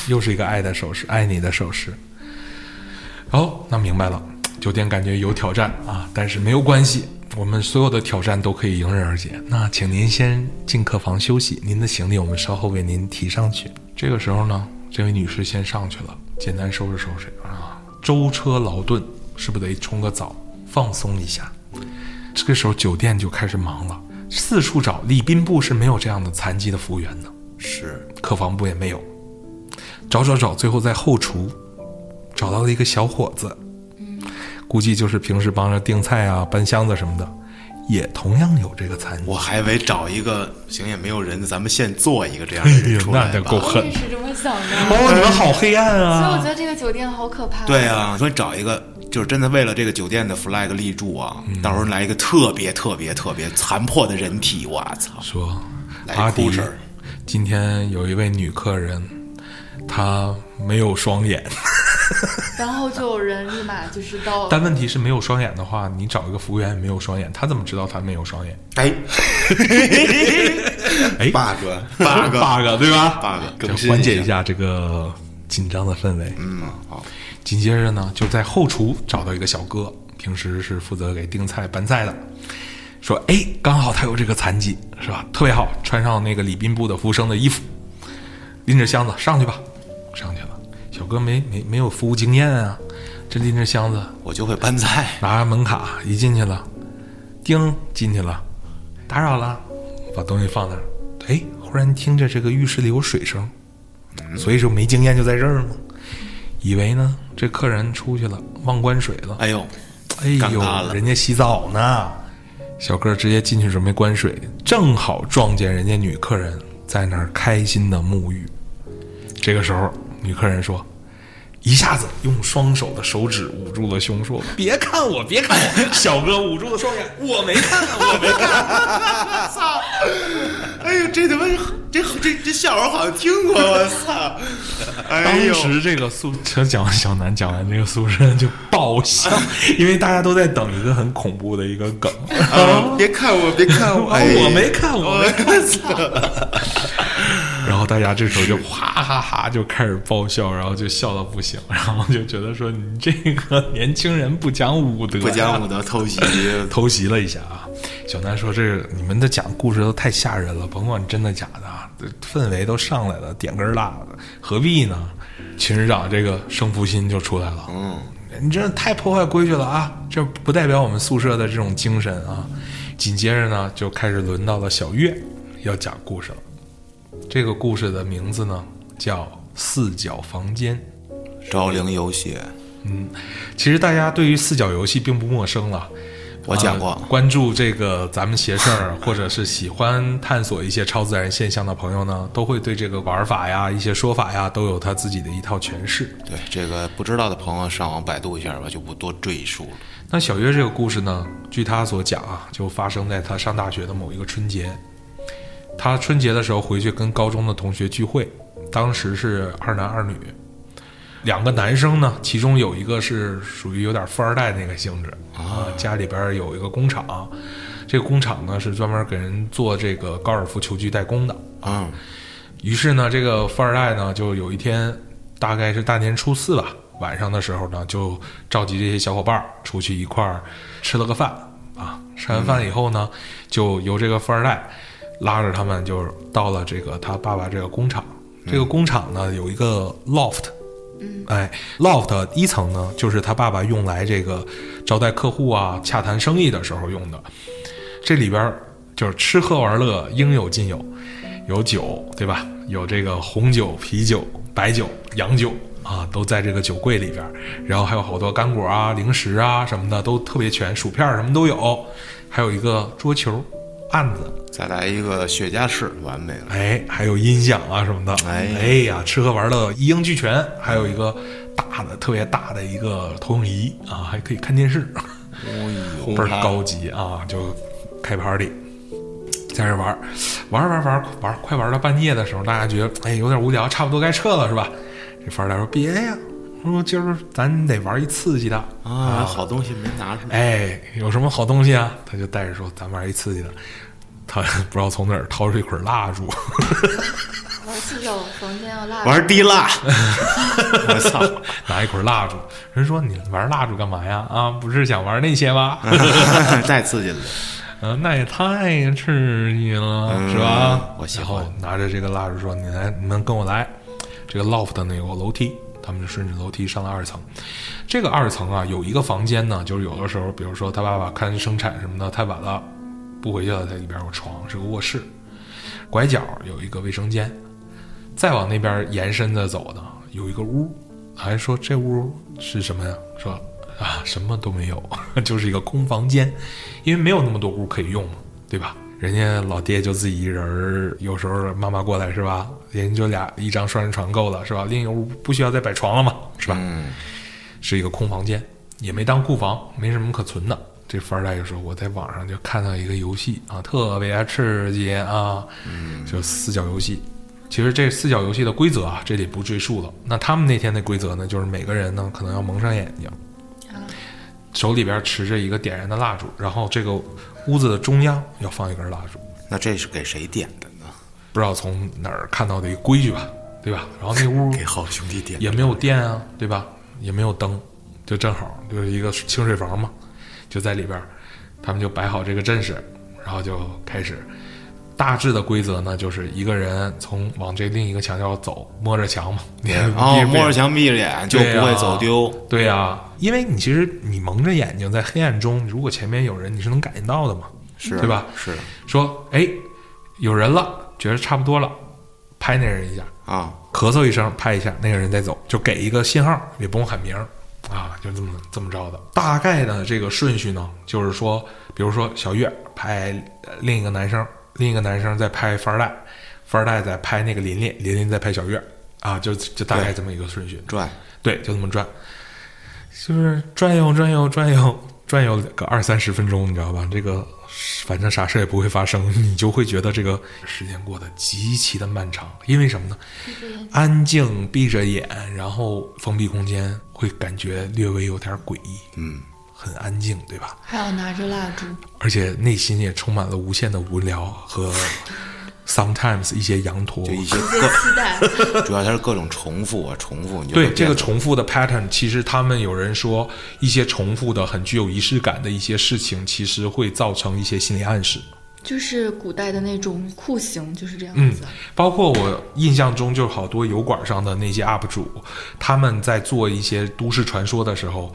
S1: 又是一个爱的手势，爱你的手势。哦，那明白了，酒店感觉有挑战啊，但是没有关系，我们所有的挑战都可以迎刃而解。那请您先进客房休息，您的行李我们稍后为您提上去。这个时候呢，这位女士先上去了，简单收拾收拾啊，舟车劳顿，是不是得冲个澡放松一下？这个时候酒店就开始忙了，四处找，礼宾部是没有这样的残疾的服务员的，
S2: 是
S1: 客房部也没有。找找找，最后在后厨找到了一个小伙子，估计就是平时帮着订菜啊、搬箱子什么的，也同样有这个残疾
S2: 我。还以为找一个行也没有人，咱们现做一个这样的人出
S1: <laughs> 那
S2: 来啊
S1: 得
S2: 吧。
S1: 够
S5: 我
S1: 狠
S5: 也！是这么想
S1: 哦，
S5: 的，
S1: 你们好黑暗
S5: 所以我觉
S1: 啊！
S5: 得这个酒店好可怕。
S2: 对啊，说找一个就是真的为了这个酒店的 flag 立住啊，到时候来一个特别特别特别残破的人体，我操！
S1: 说
S2: 来
S1: 阿迪
S2: 哭声儿，
S1: 今天有一位女客人，她没有双眼， <laughs>
S5: 然后就有人立马就是到
S1: 但问题是没有双眼的话，你找一个服务员也没有双眼，他怎么知道他没有双眼？
S2: 哎
S1: 哎
S2: ，bug <laughs> bug
S1: bug 对吧？
S2: bug，
S1: 就缓解一下这个紧张的氛围。
S2: 嗯，好，
S1: 紧接着呢，就在后厨找到一个小哥，平时是负责给订菜搬菜的，说：“哎，刚好他有这个残疾，是吧？特别好，穿上那个礼宾部的服务生的衣服，拎着箱子上去吧。”上去了，小哥没没没有服务经验啊，这拎着箱子
S2: 我就会搬菜，
S1: 拿着门卡一进去了，叮进去了，打扰了，把东西放那儿。哎，忽然听着这个浴室里有水声，
S2: 嗯
S1: 所以说没经验就在这儿嘛。以为呢这客人出去了，忘关水了，
S2: 哎呦，
S1: 哎
S2: 尴
S1: 呦
S2: 尬，了
S1: 人家洗澡呢。小哥直接进去准备关水，正好撞见人家女客人在那儿开心的沐浴。这个时候，女客人说：“一下子用双手的手指捂住了胸，说：‘别看我，别看
S2: <laughs>
S1: 我！’小哥捂住了双眼，我没看，我没看。
S2: 操！哎呦，这他妈这这这笑话好像听过，我操！
S1: 啊
S2: 哎
S1: 当
S2: 呦，
S1: 时这个宿，讲完小南讲完这个宿舍就爆笑，因为大家都在等一个很恐怖的一个梗。
S2: 啊别看我，别看我，哎呦
S1: 啊我没看，我没看。
S2: 操！
S1: 然后大家这时候就哈哈哈就开始爆笑，然后就笑到不行，然后就觉得说你这个年轻人不讲武德、
S2: <laughs>
S1: 啊
S2: 不讲武
S1: 德，
S2: 德偷袭，
S1: 偷袭了一下啊。小南说：“这你们的讲故事都太吓人了，甭管真的假的，啊，氛围都上来了，点根儿辣的，何必呢？”秦市长这个胜负心就出来了，嗯，你这太破坏规矩了啊！这不代表我们宿舍的这种精神啊。紧接着呢，就开始轮到了小月要讲故事了。这个故事的名字呢叫《四角房间》。
S2: 昭陵有血，
S1: 其实大家对于四角游戏并不陌生了。
S2: 我讲过
S1: 呃关注这个咱们邪事儿， <laughs> 或者是喜欢探索一些超自然现象的朋友呢，都会对这个玩法呀、一些说法呀，都有他自己的一套诠释。
S2: 对这个不知道的朋友上网百度一下吧，就不多赘述了。
S1: 那小月这个故事呢，据她所讲啊，就发生在她上大学的某一个春节。她春节的时候回去跟高中的同学聚会，当时是二男二女，两个男生呢，其中有一个是属于有点富二代那个性质啊，家里边有一个工厂，这个工厂呢是专门给人做这个高尔夫球具代工的。
S2: 啊，
S1: 于是呢，这个富二代呢，就有一天，大概是大年初四吧，晚上的时候呢，就召集这些小伙伴儿出去一块儿吃了个饭啊。吃完饭以后呢，就由这个富二代拉着他们，就到了这个他爸爸这个工厂。这个工厂呢有一个 loft，嗯，哎，loft 一层呢就是他爸爸用来这个招待客户啊、洽谈生意的时候用的。这里边儿就是吃喝玩乐应有尽有，有酒对吧？有这个红酒、啤酒、白酒、洋酒啊，都在这个酒柜里边儿。然后还有好多干果啊、零食啊什么的都特别全，薯片儿什么都有。还有一个桌球、案子，
S2: 再来一个雪茄式，完美了。
S1: 哎，还有音响啊什么的，
S2: 哎
S1: 哎呀，吃喝玩乐一应俱全，还有一个大的特别大的一个投影仪啊，还可以看电视，
S2: 哎
S4: 轰
S1: 倍儿
S4: 趴
S1: 高级啊，就开 party，在这玩儿，玩儿玩儿玩儿玩儿，快玩到半夜的时候，大家觉得哎有点无聊，差不多该撤了是吧？这富二代说别呀，说今儿咱得玩一刺激的，
S2: 啊，好东西没拿出来，
S1: 哎，有什么好东西啊？他就带着说咱玩一刺激的，他 <laughs> 不知道从哪儿掏出一捆蜡烛。 <laughs>
S5: 玩洗手房间要蜡烛，
S2: 玩滴蜡， <laughs> 我操！ <laughs>
S1: 拿一捆蜡烛。人说你玩蜡烛干嘛呀？啊，不是想玩那些吗？嗯、
S2: 太刺激了，
S1: 呃那也太刺激了，
S2: 嗯
S1: 是吧？
S2: 我喜
S1: 然
S2: 欢
S1: 后拿着这个蜡烛说：“你来，你们跟我来。”这个 loft 呢有个楼梯，他们就顺着楼梯上了二层。这个二层啊，有一个房间呢，就是有的时候，比如说他爸爸看生产什么的太晚了，不回去了，他里边有床，是个卧室。拐角有一个卫生间，再往那边延伸着走呢，有一个屋，还说这屋是什么呀？说啊，什么都没有， <laughs> 就是一个空房间，因为没有那么多屋可以用嘛，对吧？人家老爹就自己一人儿，有时候妈妈过来是吧？人家就俩一张双人床够了是吧？另一个屋不需要再摆床了嘛，是吧？
S2: 嗯，
S1: 是一个空房间，也没当库房，没什么可存的。这富二代就说：“我在网上就看到一个游戏啊，特别刺激啊，就四角游戏。其实这四角游戏的规则啊，这里不赘述了。那他们那天的规则呢，就是每个人呢可能要蒙上眼睛，
S5: 啊
S1: 手里边持着一个点燃的蜡烛，然后这个屋子的中央要放一根蜡烛。
S2: 那这是给谁点的呢？
S1: 不知道从哪儿看到的一个规矩吧，对吧？然后那屋
S2: 给好兄弟点的。
S1: 也没有电啊，对吧？也没有灯，就正好就是一个清水房嘛，就在里边儿，他们就摆好这个阵势，然后就开始。大致的规则呢，就是一个人从往这另一个墙角走，摸着墙嘛，你也
S2: 哦，
S1: 不也
S2: 摸着墙闭着眼就
S1: 对
S2: 不
S1: 啊
S2: 会走丢。
S1: 对呀、因为你其实你蒙着眼睛在黑暗中，如果前面有人，你是能感应到的嘛，
S2: 是
S1: 对吧？
S2: 是
S1: 说哎，有人了，觉得差不多了，拍那人一下，
S2: 啊，
S1: 咳嗽一声，拍一下，那个人再走，就给一个信号，也不用喊名儿啊，就这么这么着的。大概的这个顺序呢，就是说，比如说小月拍呃另一个男生，另一个男生再拍富二代，富二代再拍那个琳琳，琳琳再拍小月，啊，就就大概这么一个顺序。
S2: 转
S1: 对，就这么转，就是转悠转悠转悠转悠个二三十分钟，你知道吧？这个反正啥事儿也不会发生，你就会觉得这个时间过得极其的漫长。因为什么呢？安静，闭着眼，然后封闭空间，会感觉略微有点诡异。嗯，很安静，对吧？
S5: 还要拿着蜡烛，
S1: 而且内心也充满了无限的无聊和 sometimes 一些羊驼，
S2: 就一些 <laughs>
S5: 最期待。
S2: 各，主要它是各种重复啊，重复。你就
S1: 对
S2: 会
S1: 这个
S2: 变
S1: 重复的 pattern，其实他们有人说，一些重复的、很具有仪式感的一些事情，其实会造成一些心理暗示。
S5: 就是古代的那种酷刑，就是这样
S1: 嗯
S5: 子。，
S1: 包括我印象中，就好多油管上的那些 UP 主，他们在做一些都市传说的时候，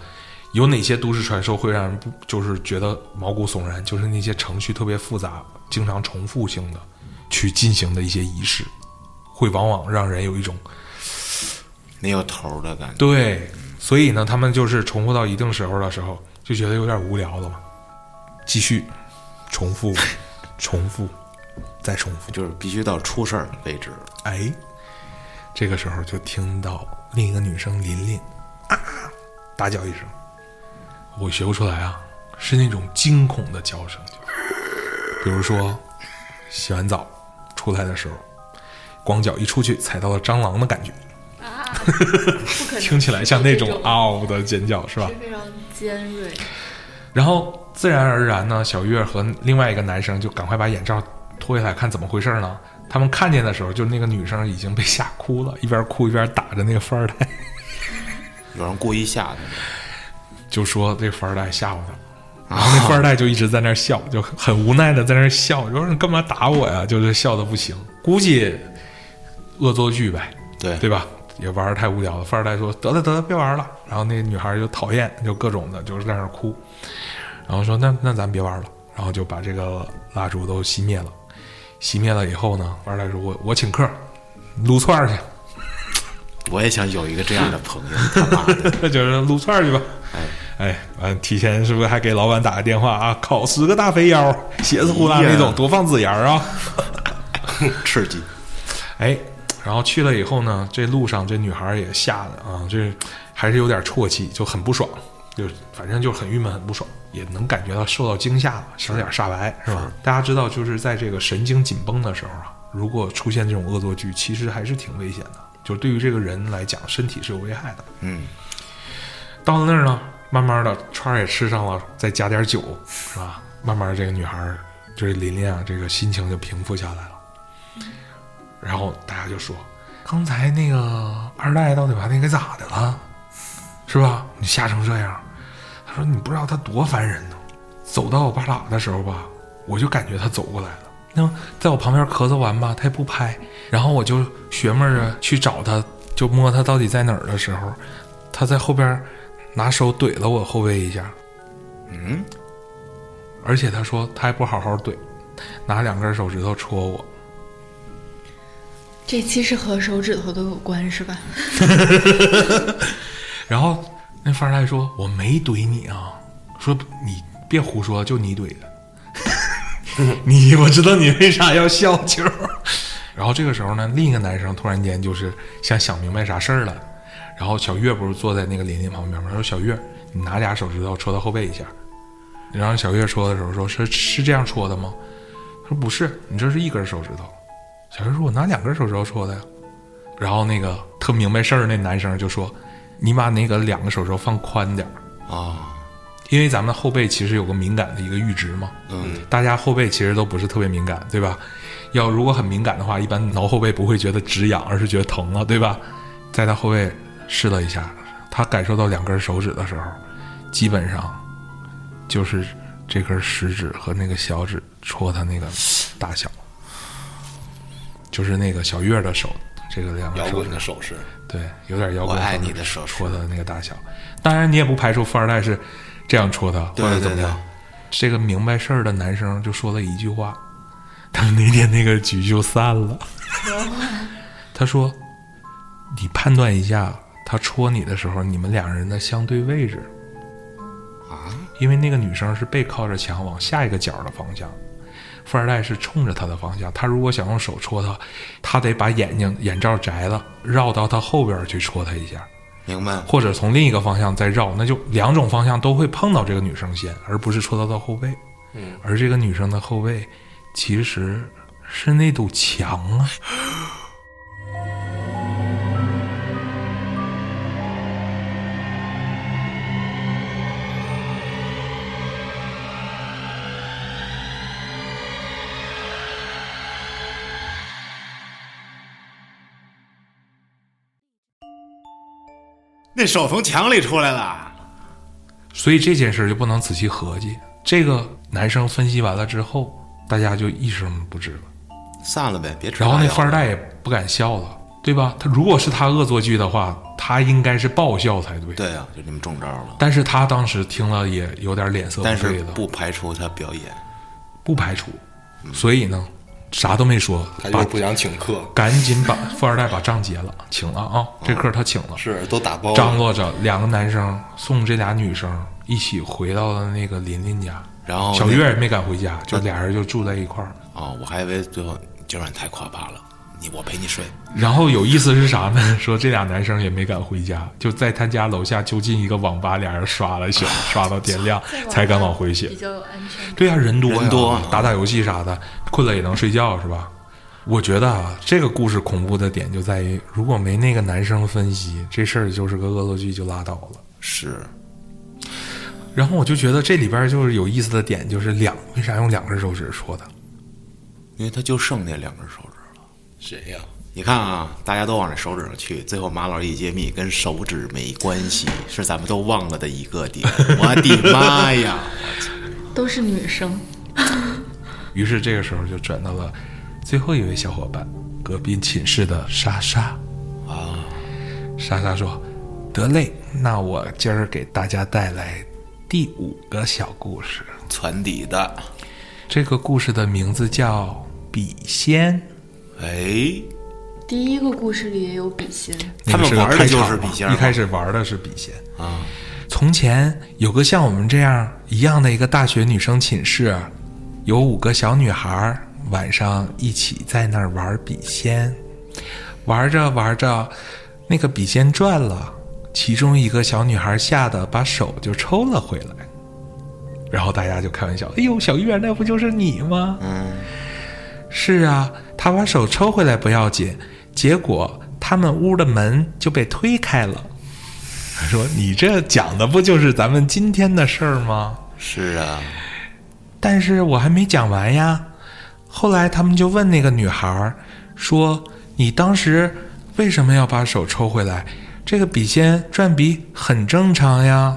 S1: 有哪些都市传说会让人不就是觉得毛骨悚然？就是那些程序特别复杂、经常重复性的去进行的一些仪式，会往往让人有一种
S2: 没有头儿的感觉。
S1: 对，所以呢，他们就是重复到一定时候的时候，就觉得有点无聊了嘛，继续重 <laughs> 复，重复，再重复。
S2: 就是必须到出事儿为止，
S1: 哎，这个时候就听到另一个女生琳琳啊大叫一声，我学不出来啊，是那种惊恐的叫声，就比如说洗完澡出来的时候，光脚一出去踩到了蟑螂的感觉，
S5: 啊，不可
S1: <laughs>
S5: 能！
S1: 听起来像那种啊
S5: 这
S1: 嗷的尖叫是吧？
S5: 是非常尖锐。
S1: 然后自然而然呢，小月和另外一个男生就赶快把眼罩脱下来看怎么回事呢？他们看见的时候，就那个女生已经被吓哭了，一边哭一边打着那个富二代，
S2: 有人故意吓他们，
S1: 就说这富二代吓唬他。然后那富二代就一直在那儿笑，就很无奈的在那儿笑，就说你干嘛打我呀？就是笑的不行，估计恶作剧呗，
S2: 对
S1: 对吧？也玩的太无聊了。富二代说得了得了，别玩了。然后那女孩就讨厌，就各种的，就是在那儿哭。然后说那那咱别玩了，然后就把这个蜡烛都熄灭了。熄灭了以后呢，富二代说我我请客，撸串儿去。 <laughs>
S2: 我也想有一个这样的朋友，他妈的，
S1: 那就是撸串儿去吧。哎，完提前是不是还给老板打个电话啊？烤十个大肥腰，血丝呼啦那
S2: 哎
S1: 种，
S2: 呀
S1: 多放孜然儿啊！
S2: 刺激，
S1: 哎，然后去了以后呢，这路上这女孩儿也吓得啊，这还是有点啜泣，就很不爽，就反正就很郁闷，很不爽，也能感觉到受到惊吓了，小脸儿煞白是吧？大家知道，就是在这个神经紧绷的时候啊，如果出现这种恶作剧，其实还是挺危险的，就是对于这个人来讲，身体是有危害的。
S2: 嗯，
S1: 到了那儿呢，慢慢的串儿也吃上了，再加点酒，是吧？慢慢这个女孩儿，就是琳琳啊，这个心情就平复下来了。然后大家就说，刚才那个二代到底把那给咋的了？是吧？你吓成这样。他说你不知道他多烦人呢。走到我爸喇的时候吧，我就感觉他走过来了。那在我旁边咳嗽完吧，他也不拍，然后我就学妹儿着去找他，就摸他到底在哪儿的时候，他在后边拿手怼了我后背一下，
S2: 嗯，
S1: 而且他说他还不好好怼，拿两根手指头戳我。
S5: 这期是和手指头都有关是吧？
S1: 然后那富二代说：“我没怼你啊，说你别胡说，就你怼的。你我知道你为啥要笑球。”然后这个时候呢，另一个男生突然间就是像想明白啥事儿了。然后小月不是坐在那个琳琳旁边吗？说：“小月，你拿俩手指头戳她后背一下。”然后小月戳的时候说：“是是这样戳的吗？”他说：“不是，你这是一根手指头。”小月说：“我拿两根手指头戳的呀。”然后那个特明白事儿那男生就说：“你把那个两个手指头放宽点儿，
S2: 啊，
S1: 因为咱们后背其实有个敏感的一个阈值嘛。
S2: 嗯，
S1: 大家后背其实都不是特别敏感，对吧？要如果很敏感的话，一般挠后背不会觉得直痒，而是觉得疼了，对吧？在他后背试了一下，他感受到两根手指的时候，基本上就是这根食指和那个小指戳他那个大小，就是那个小月的手，这个两个
S4: 摇
S1: 手指
S4: 滚的手势，
S1: 对，有点摇滚。
S2: 我爱你的手势
S1: 戳他的那个大小，当然你也不排除富二代是这样戳他或
S2: 对
S1: 者怎么
S2: 对对
S1: 样。这个明白事儿的男生就说了一句话，他们那天那个局就散了。他说：“你判断一下，他戳你的时候，你们两人的相对位置。”啊，因为那个女生是背靠着墙往下一个角的方向，富二代是冲着他的方向。他如果想用手戳他，他得把眼睛眼罩摘了，绕到他后边儿去戳他一下。
S2: 明白，
S1: 或者从另一个方向再绕，那就两种方向都会碰到这个女生先，而不是戳到她后背。嗯，而这个女生的后背其实是那堵墙啊。
S2: 那手从墙里出来了，
S1: 所以这件事就不能仔细合计。这个男生分析完了之后，大家就一声不吱了。
S2: 散了呗，别吃
S1: 然后那
S2: 大
S1: 富
S2: 药
S1: 二
S2: 了
S1: 代也不敢笑了，对吧？他如果是他恶作剧的话，他应该是爆笑才对。
S2: 对啊，就你们中招了，
S1: 但是他当时听了也有点脸色
S2: 但
S1: 不对
S2: 是
S1: 了，
S2: 不排除他表演，
S1: 不排除。所以呢，啥都没说，
S4: 他就
S1: 把
S4: 是不想请客，
S1: 赶紧把富二代把账结了，请了啊，这课他请了。
S4: 是都打包
S1: 张
S4: 了，
S1: 罗着两个男生送这俩女生一起回到了那个琳琳家，
S2: 然后
S1: 小
S2: 哦那
S1: 月也没敢回家，就俩人就住在一块儿。
S2: 哦，我还以为最后今晚太可怕了，你我陪你睡，
S1: 然后有意思是啥呢？ <laughs> 说这俩男生也没敢回家，就在他家楼下就近一个网吧，俩人刷了一宿，刷到天亮才敢往回写
S5: 比。较有安全感。
S1: 对呀、人多呀
S2: 人多
S1: 打打游戏啥的，困了也能睡觉是吧？我觉得啊，这个故事恐怖的点就在于，如果没那个男生分析，这事儿就是个恶作剧就拉倒了。
S2: 是
S1: 然后我就觉得这里边就是有意思的点，就是两为啥用两根手指说的？
S2: 因为他就剩那两根手指了。
S4: 谁呀？
S2: 你看啊，大家都往这手指上去，最后马老师一揭秘，跟手指没关系，是咱们都忘了的一个点。我的妈呀！
S5: 都是女生，
S1: 于是这个时候就转到了最后一位小伙伴，隔壁寝室的莎莎。啊，莎莎说：“得嘞，那我今儿给大家带来第五个小故事。
S2: 传底的，
S1: 这个故事的名字叫《笔仙》。
S2: 哎，
S5: 第一个故事里也有笔仙，
S1: 那个
S2: 他们
S1: 是个
S2: 玩的
S1: 开场
S2: 就是笔仙儿
S1: 嘛一
S2: 嘛
S1: 开始玩的是笔仙。
S2: 啊，
S1: 从前有个像我们这样一样的一个大学女生寝室，啊有五个小女孩儿晚上一起在那儿玩笔仙，玩着玩着，那个笔仙转了，其中一个小女孩吓得把手就抽了回来，然后大家就开玩笑：“哎呦，小月那不就是你吗？”嗯，是啊，她把手抽回来不要紧，结果他们屋的门就被推开了。他说：“你这讲的不就是咱们今天的事儿吗
S2: <laughs> 是啊，？”
S1: 但是我还没讲完呀。后来他们就问那个女孩儿说：“你当时为什么要把手抽回来？这个笔仙转笔很正常呀。”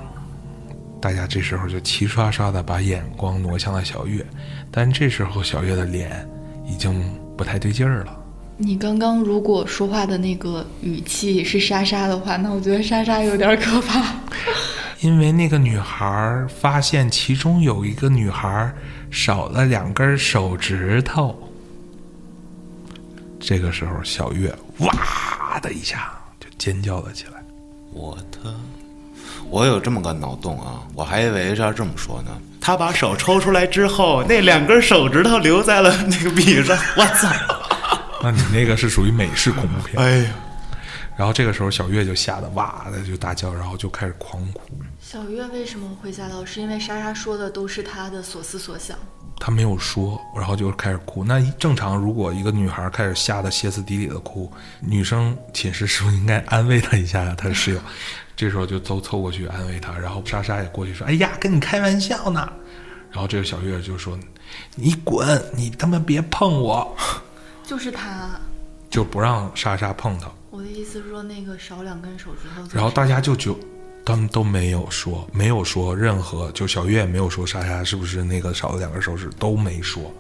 S1: 大家这时候就齐刷刷的把眼光挪向了小月，但这时候小月的脸已经不太对劲儿了。
S5: 你刚刚如果说话的那个语气是莎莎的话，那我觉得莎莎有点可怕。
S1: 因为那个女孩儿发现其中有一个女孩儿少了两根手指头。这个时候，小月哇的一下就尖叫了起来。
S2: 我的，我有这么个脑洞啊，我还以为是要这么说呢。他把手抽出来之后，那两根手指头留在了那个笔
S1: <laughs>
S2: 上。我操！
S1: 那你那个是属于美式恐怖片。
S2: 哎呀，
S1: 然后这个时候，小月就吓得哇的就大叫，然后就开始狂哭。
S5: 小月为什么会吓到？是因为莎莎说的都是她的所思所想。
S1: 她没有说，然后就开始哭。那一正常，如果一个女孩开始吓得歇斯底里的哭，女生寝室是不是应该安慰她一下呀？她的室友，这时候就都凑过去安慰她，然后莎莎也过去说：“哎呀，跟你开玩笑呢。”然后这个小月就说：“你滚，你他妈别碰我
S5: 就是她，！”
S1: 就不让莎莎碰她。
S5: 我的意思是说那个少两根手指头就是。
S1: 然后大家就觉，他们都没有说，没有说任何，就小月也没有说莎莎是不是那个少了两根手指，都没说。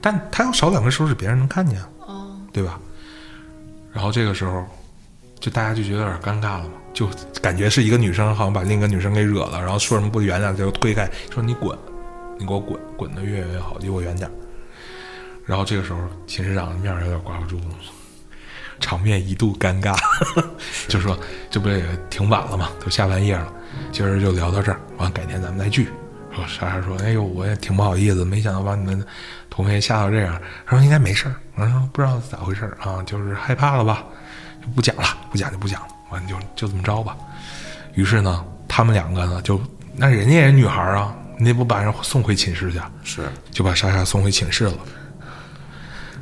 S1: 但她要少两根手指，别人能看见啊。
S5: 哦，
S1: 对吧？然后这个时候，就大家就觉得有点尴尬了嘛，就感觉是一个女生好像把另一个女生给惹了，然后说什么不原谅，就推开说你滚，你给我滚，滚得越远越好，离我远点儿。然后这个时候，寝室长的面儿有点挂不住了嘛，场面一度尴尬， <laughs> 就说这不也挺晚了嘛，都下半夜了，今儿就聊到这儿，完改天咱们再聚。然后莎莎说：“哎呦，我也挺不好意思，没想到把你们同学吓到这样。”他说：“应该没事儿。”我说：“不知道咋回事儿啊，就是害怕了吧，就不讲了，不讲就不讲了，完就就这么着吧。”于是呢，他们两个呢就那人家也是女孩儿啊，你得不把人送回寝室去啊，
S2: 是
S1: 就把莎莎送回寝室了。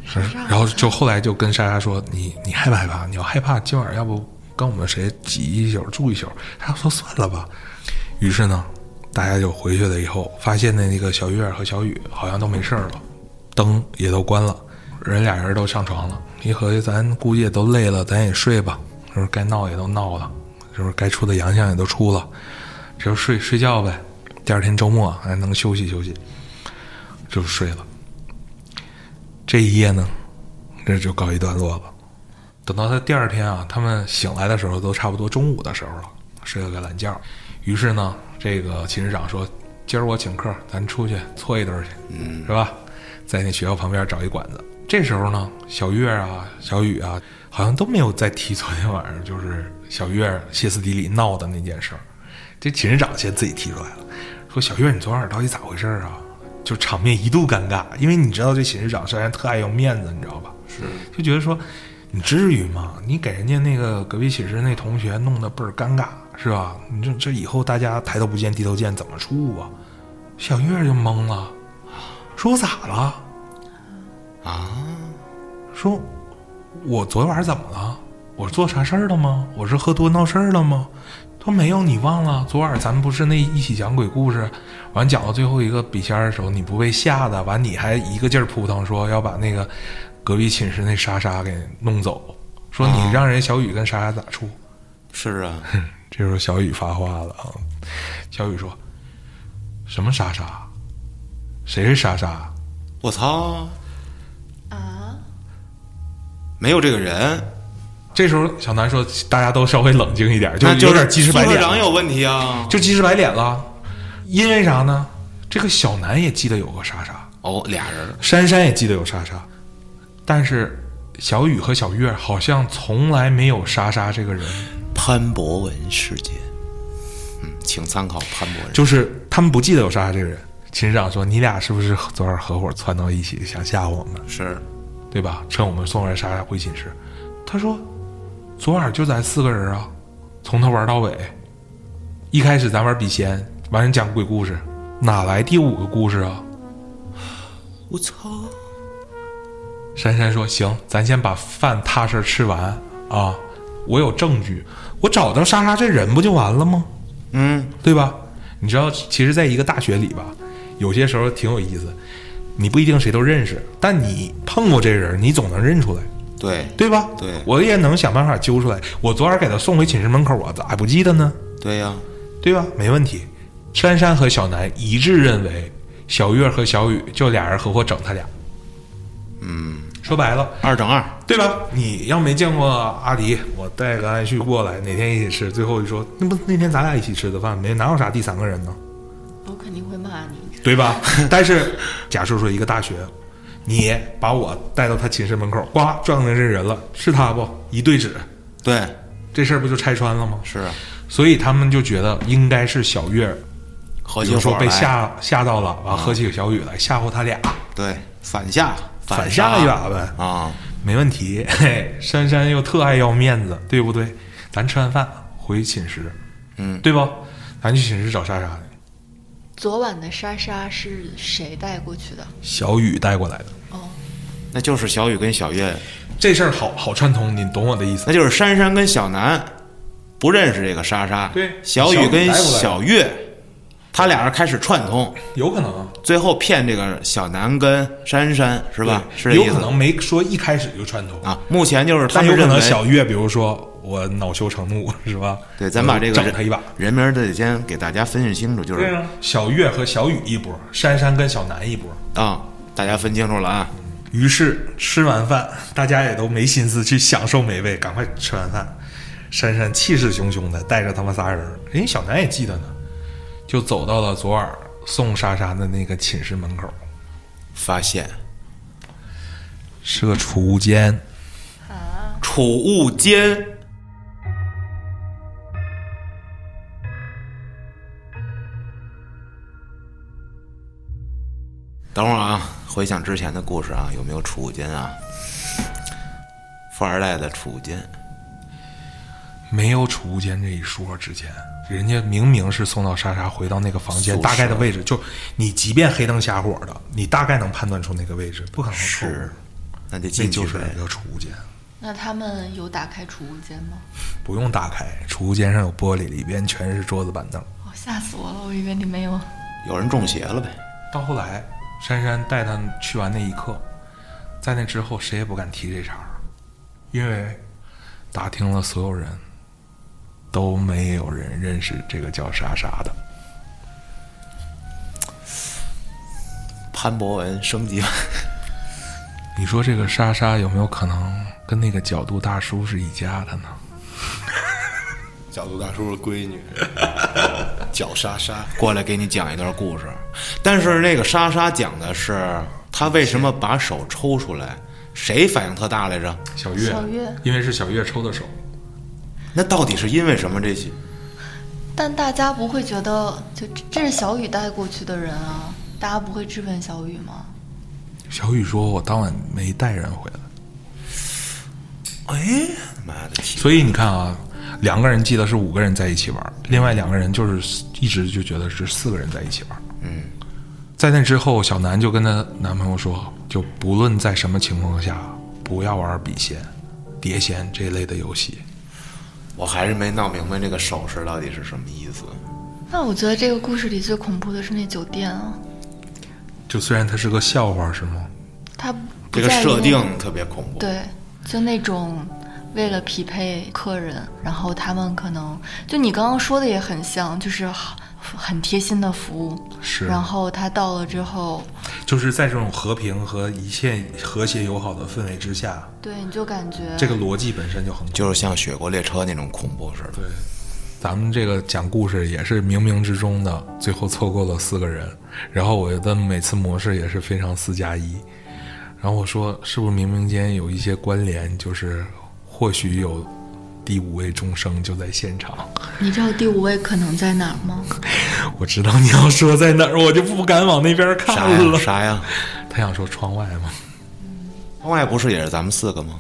S1: 是，然后就后来就跟莎莎说：“你你害不害怕？你要害怕，今晚上要不跟我们谁挤一宿住一宿？”她说：“算了吧。”于是呢，大家就回去了。以后发现那那个小月儿和小雨好像都没事儿了，灯也都关了，人俩人都上床了。一合计，咱估计也都累了，咱也睡吧。是不是该闹也都闹了？是不是该出的洋相也都出了？这就睡睡觉呗。第二天周末还能休息休息。就睡了。这一夜呢，这就告一段落了。等到他第二天啊，他们醒来的时候都差不多中午的时候了，睡了个懒觉。于是呢，这个寝室长说：“今儿我请客，咱出去搓一顿去，嗯，是吧？在那学校旁边找一馆子。”这时候呢，小月啊、小雨啊，好像都没有再提昨天晚上就是小月歇斯底里闹的那件事儿。这寝室长先自己提出来了，说小月，你昨晚到底咋回事儿啊？就场面一度尴尬，因为你知道这寝室长虽然特爱要面子，你知道吧？是，就觉得说你至于吗？你给人家那个隔壁寝室那同学弄得倍儿尴尬，是吧？你这这以后大家抬头不见低头见，怎么处啊？小月就懵了，说我咋了？
S2: 啊，
S1: 说我昨晚上怎么了？我是做啥事儿了吗？我是喝多闹事儿了吗？他说没有，你忘了昨晚咱们不是那一起讲鬼故事，完讲到最后一个笔仙儿的时候，你不被吓的，完你还一个劲儿扑腾说要把那个隔壁寝室那莎莎给弄走，说你让人小雨跟莎莎咋处？
S2: 是啊，
S1: 这时候小雨发话了啊，小雨说：“什么莎莎？谁是莎莎？
S2: 我操，
S5: 啊，
S2: 没有这个人，
S1: 这时候小南说：“大家都稍微冷静一点，就
S2: 那
S1: 有
S2: 是
S1: 点鸡翅白
S2: 宿舍
S1: 脸
S2: 长
S1: 了，
S2: 有问题啊。
S1: 就鸡翅白脸了。因为啥呢？这个小南也记得有个莎莎，
S2: 哦，俩人
S1: 珊珊也记得有莎莎，但是小雨和小月好像从来没有莎莎这个人，
S2: 潘博文事件，嗯，请参考潘博文。
S1: 就是他们不记得有莎莎这个人。”秦市长说：“你俩是不是昨晚合伙窜到一起，想吓唬我们？”
S2: 是
S1: 对吧？趁我们送完莎莎回寝室，他说：“昨晚就咱四个人啊，从头玩到尾。一开始咱玩笔仙，完了讲鬼故事，哪来第五个故事啊
S2: 我操，？”
S1: 珊珊说：“行，咱先把饭踏实吃完啊，我有证据，我找到莎莎这人不就完了吗？
S2: 嗯，
S1: 对吧？你知道，其实在一个大学里吧，有些时候挺有意思，你不一定谁都认识，但你碰过这人，你总能认出来。”
S2: 对
S1: 对吧？
S2: 对
S1: 我也能想办法揪出来。我昨晚给他送回寝室门口，我咋还哎不记得呢？
S2: 对呀、
S1: 对吧？没问题。珊珊和小南一致认为，小月和小雨就俩人合伙整他俩。嗯，说白了，
S2: 二整二，
S1: 对吧？你要没见过阿迪，我带个安旭过来，哪天一起吃？最后一说，那不那天咱俩一起吃的饭，没哪有啥第三个人呢？
S5: 我肯定会骂你。
S1: 对吧？但是假设说一个大学，你把我带到他寝室门口，呱撞上这人了，是他不？一对指，
S2: 对，
S1: 这事儿不就拆穿了吗？
S2: 是啊
S1: 所以他们就觉得应该是小月，
S2: 合
S1: 比
S2: 起
S1: 如说
S2: 伙
S1: 被
S2: 来，
S1: 吓吓到了，完喝起小雨来吓唬他俩，
S2: 对，反下
S1: 反
S2: 杀
S1: 吓一把呗，
S2: 啊，
S1: 没问题。 <laughs> 嘿，珊珊又特爱要面子，对不对？咱吃完饭回寝室，
S2: 嗯，
S1: 对不？咱去寝室找莎莎去，
S5: 昨晚的莎莎是谁带过去的？
S1: 小雨带过来的。
S5: 哦，
S2: 那就是小雨跟小月，
S1: 这事儿好好串通，你懂我的意思
S2: 那？就是珊珊跟小南不认识这个莎莎，
S1: 对
S2: 小
S1: 小
S2: 雨
S1: 雨带
S2: 跟
S1: 过来的
S2: 小月，他俩人开始串通，
S1: 有可能啊
S2: 最后骗这个小南跟珊珊是吧？
S1: 对
S2: 是这
S1: 有
S2: 意
S1: 可
S2: 思
S1: 能没说一开始就串通，
S2: 啊。目前就是他
S1: 但
S2: 们
S1: 有可
S2: 认为
S1: 能小月，比如说我恼羞成怒，是吧？呃
S2: 对，咱把这个
S1: 整
S2: 人
S1: 他一把。
S2: 人名儿得先给大家分析清楚，就是
S1: 对啊，小月和小雨一波，珊珊跟小南一波。
S2: 啊，大家分清楚了啊。
S1: 于是吃完饭，大家也都没心思去享受美味，赶快吃完饭。珊珊气势汹汹的带着他们仨人，人家小南也记得呢，就走到了昨晚送莎莎的那个寝室门口，
S2: 发现
S1: 是个储物间。
S2: 储物间等会儿啊，回想之前的故事啊，有没有储物间啊？富二代的储物间，
S1: 没有储物间这一说之前，人家明明是送到莎莎回到那个房
S2: 宿
S1: 间
S2: 舍
S1: 大概的位置，就你即便黑灯瞎火的，你大概能判断出那个位置，不可能错误
S2: 是，那就
S1: 那
S2: 进去
S1: 就是
S2: 呗
S1: 一。个储物间。
S5: 那他们有打开储物间吗？
S1: 不用打开，储物间上有玻璃，里边全是桌子板凳。
S5: 哦，吓死我了，我以为你没有。
S2: 有人中邪了呗？
S1: 到后来，珊珊带他去完那一刻，在那之后谁也不敢提这茬儿，因为打听了所有人，都没有人认识这个叫莎莎的。
S2: 潘博文升级版，
S1: 你说这个莎莎有没有可能跟那个角度大叔是一家的呢？
S4: 角度大叔的闺女， <laughs> 哦脚莎莎，
S2: 过来给你讲一段故事。但是那个莎莎讲的是她为什么把手抽出来，谁反应特大来着？
S1: 小月，
S5: 小月
S1: 因为是小月抽的手，
S2: <laughs> 那到底是因为什么？这些
S5: 但大家不会觉得，就这这是小雨带过去的人啊，大家不会质问小雨吗？
S1: 小雨说：“我当晚没带人回来。”
S2: 妈的天！
S1: 所以你看啊，两个人记得是五个人在一起玩，另外两个人就是一直就觉得是四个人在一起玩。嗯，在那之后，小南就跟她男朋友说，就不论在什么情况下，不要玩笔仙、碟仙这类的游戏。
S2: 我还是没闹明白这个手势到底是什么意思。
S5: 那我觉得这个故事里最恐怖的是那酒店啊，
S1: 就虽然它是个笑话，是吗？
S5: 它
S2: 这
S5: 不
S2: 个
S5: 在于
S2: 设
S5: 那
S2: 定特别恐怖。
S5: 对，就那种为了匹配客人，然后他们可能就你刚刚说的也很像，就是很很贴心的服务。
S1: 是
S5: 然后他到了之后，
S1: 就是在这种和平和一切和谐友好的氛围之下，
S5: 对你就感觉
S1: 这个逻辑本身就很恐怖
S2: 就是像《雪国列车》那种恐怖
S5: <laughs>
S2: 似的。
S1: 对，咱们这个讲故事也是冥冥之中的，最后凑够了四个人。然后我的每次模式也是非常四加一。然后我说，是不是冥冥间有一些关联？就是或许有第五位众生就在现场。
S5: 你知道第五位可能在哪儿吗？
S1: 我知道你要说在哪儿，我就不敢往那边
S2: 啥
S1: 看
S2: 呀？
S1: 了。
S2: 啥呀？
S1: 他想说窗外吗？
S2: 窗外不是也是咱们四个吗？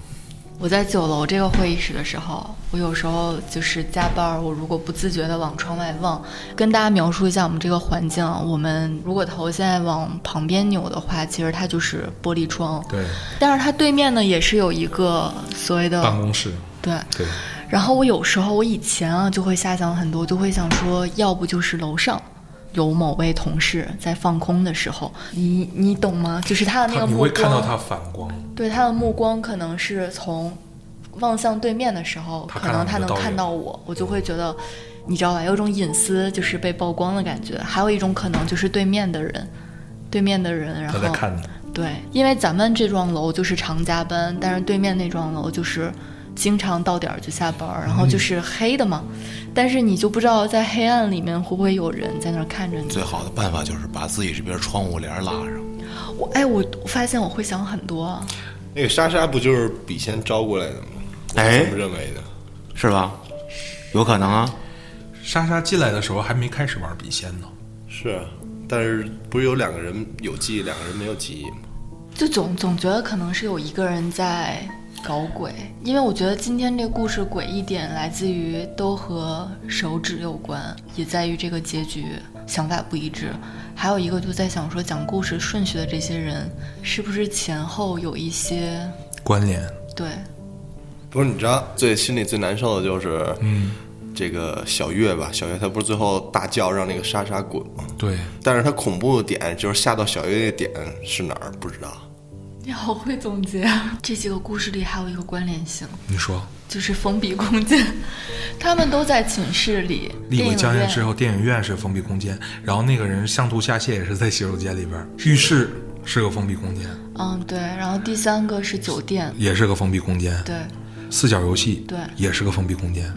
S5: 我在九楼这个会议室的时候，我有时候就是加班儿，我如果不自觉的往窗外望，跟大家描述一下我们这个环境啊。我们如果头现在往旁边扭的话，其实它就是玻璃窗，
S1: 对，
S5: 但是它对面呢也是有一个所谓的
S1: 办公室。
S5: 对。
S1: 对，
S5: 然后我有时候我以前啊就会瞎想很多，就会想说，要不就是楼上。有某位同事在放空的时候，你你懂吗？就是他的那
S1: 他
S5: 个
S1: 你
S5: 目光，
S1: 会看到他反光。
S5: 对他的目光可能是从望向对面的时候，
S1: 他
S5: 可
S1: 看到
S5: 能
S1: 你
S5: 他
S1: 的
S5: 能
S1: 倒
S5: 看
S1: 影
S5: 到我，我就会觉得，你知道吧，有种隐私就是被曝光的感觉。还有一种可能就是对面的人，对面的人，然
S1: 他
S5: 后
S1: 在看你，
S5: 对，因为咱们这幢楼就是常加班，但是对面那幢楼就是经常到点儿就下班儿，然后
S1: 嗯
S5: 就是黑的嘛。但是你就不知道在黑暗里面会不会有人在那儿看着你。
S2: 最好的办法就是把自己这边窗户帘拉上。
S5: 我哎，我我发现我会想很多啊。
S4: 那个莎莎不就是笔仙招过来的吗？我
S2: 哎
S4: 是这么认为的。
S2: 是吧？有可能啊。
S1: 莎莎进来的时候还没开始玩笔仙呢。
S4: 是啊，但是不是有两个人有记忆，两个人没有记忆吗？
S5: 就总总觉得可能是有一个人在搞鬼，因为我觉得今天这故事诡异点来自于都和手指有关，也在于这个结局想法不一致，还有一个就在想说讲故事顺序的这些人是不是前后有一些
S1: 关联，
S5: 对，
S4: 不是，你知道最心里最难受的就是，嗯，这个小月吧，小月她不是最后大叫让那个莎莎滚吗？
S1: 对，
S4: 但是她恐怖的点就是吓到小月那个点是哪儿不知道。
S5: 你好会总结。这几个故事里还有一个关联性，
S1: 你说。
S5: 就是封闭空间，他们都在寝室里，
S1: 立
S5: 电
S1: 委
S5: 影
S1: 将
S5: 院
S1: 院之后，电影院是封闭空间，然后那个人上吐下泻也是在洗手间里边儿，浴室是个封闭空间，
S5: 嗯对，然后第三个是酒店，
S1: 也是个封闭空间，
S5: 对。
S1: 四角游戏
S5: 对嗯
S1: 也是个封闭空间，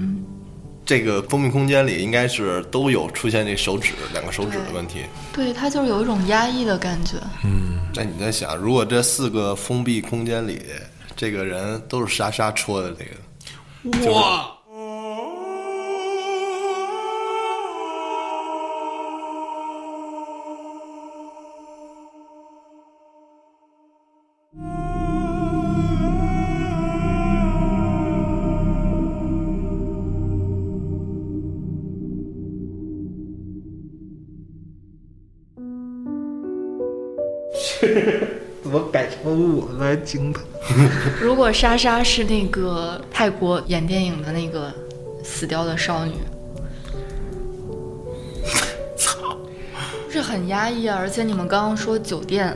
S4: 这个封闭空间里应该是都有出现这手指两个手指的问题。
S5: 对他就是有一种压抑的感觉，
S4: 那你在想，如果这四个封闭空间里，这个人都是莎莎戳的这个，
S6: 怎么改成我来惊叹？
S5: 如果莎莎是那个泰国演电影的那个死掉的少 <laughs> 女，操，是很压抑啊！而且你们刚刚说酒店，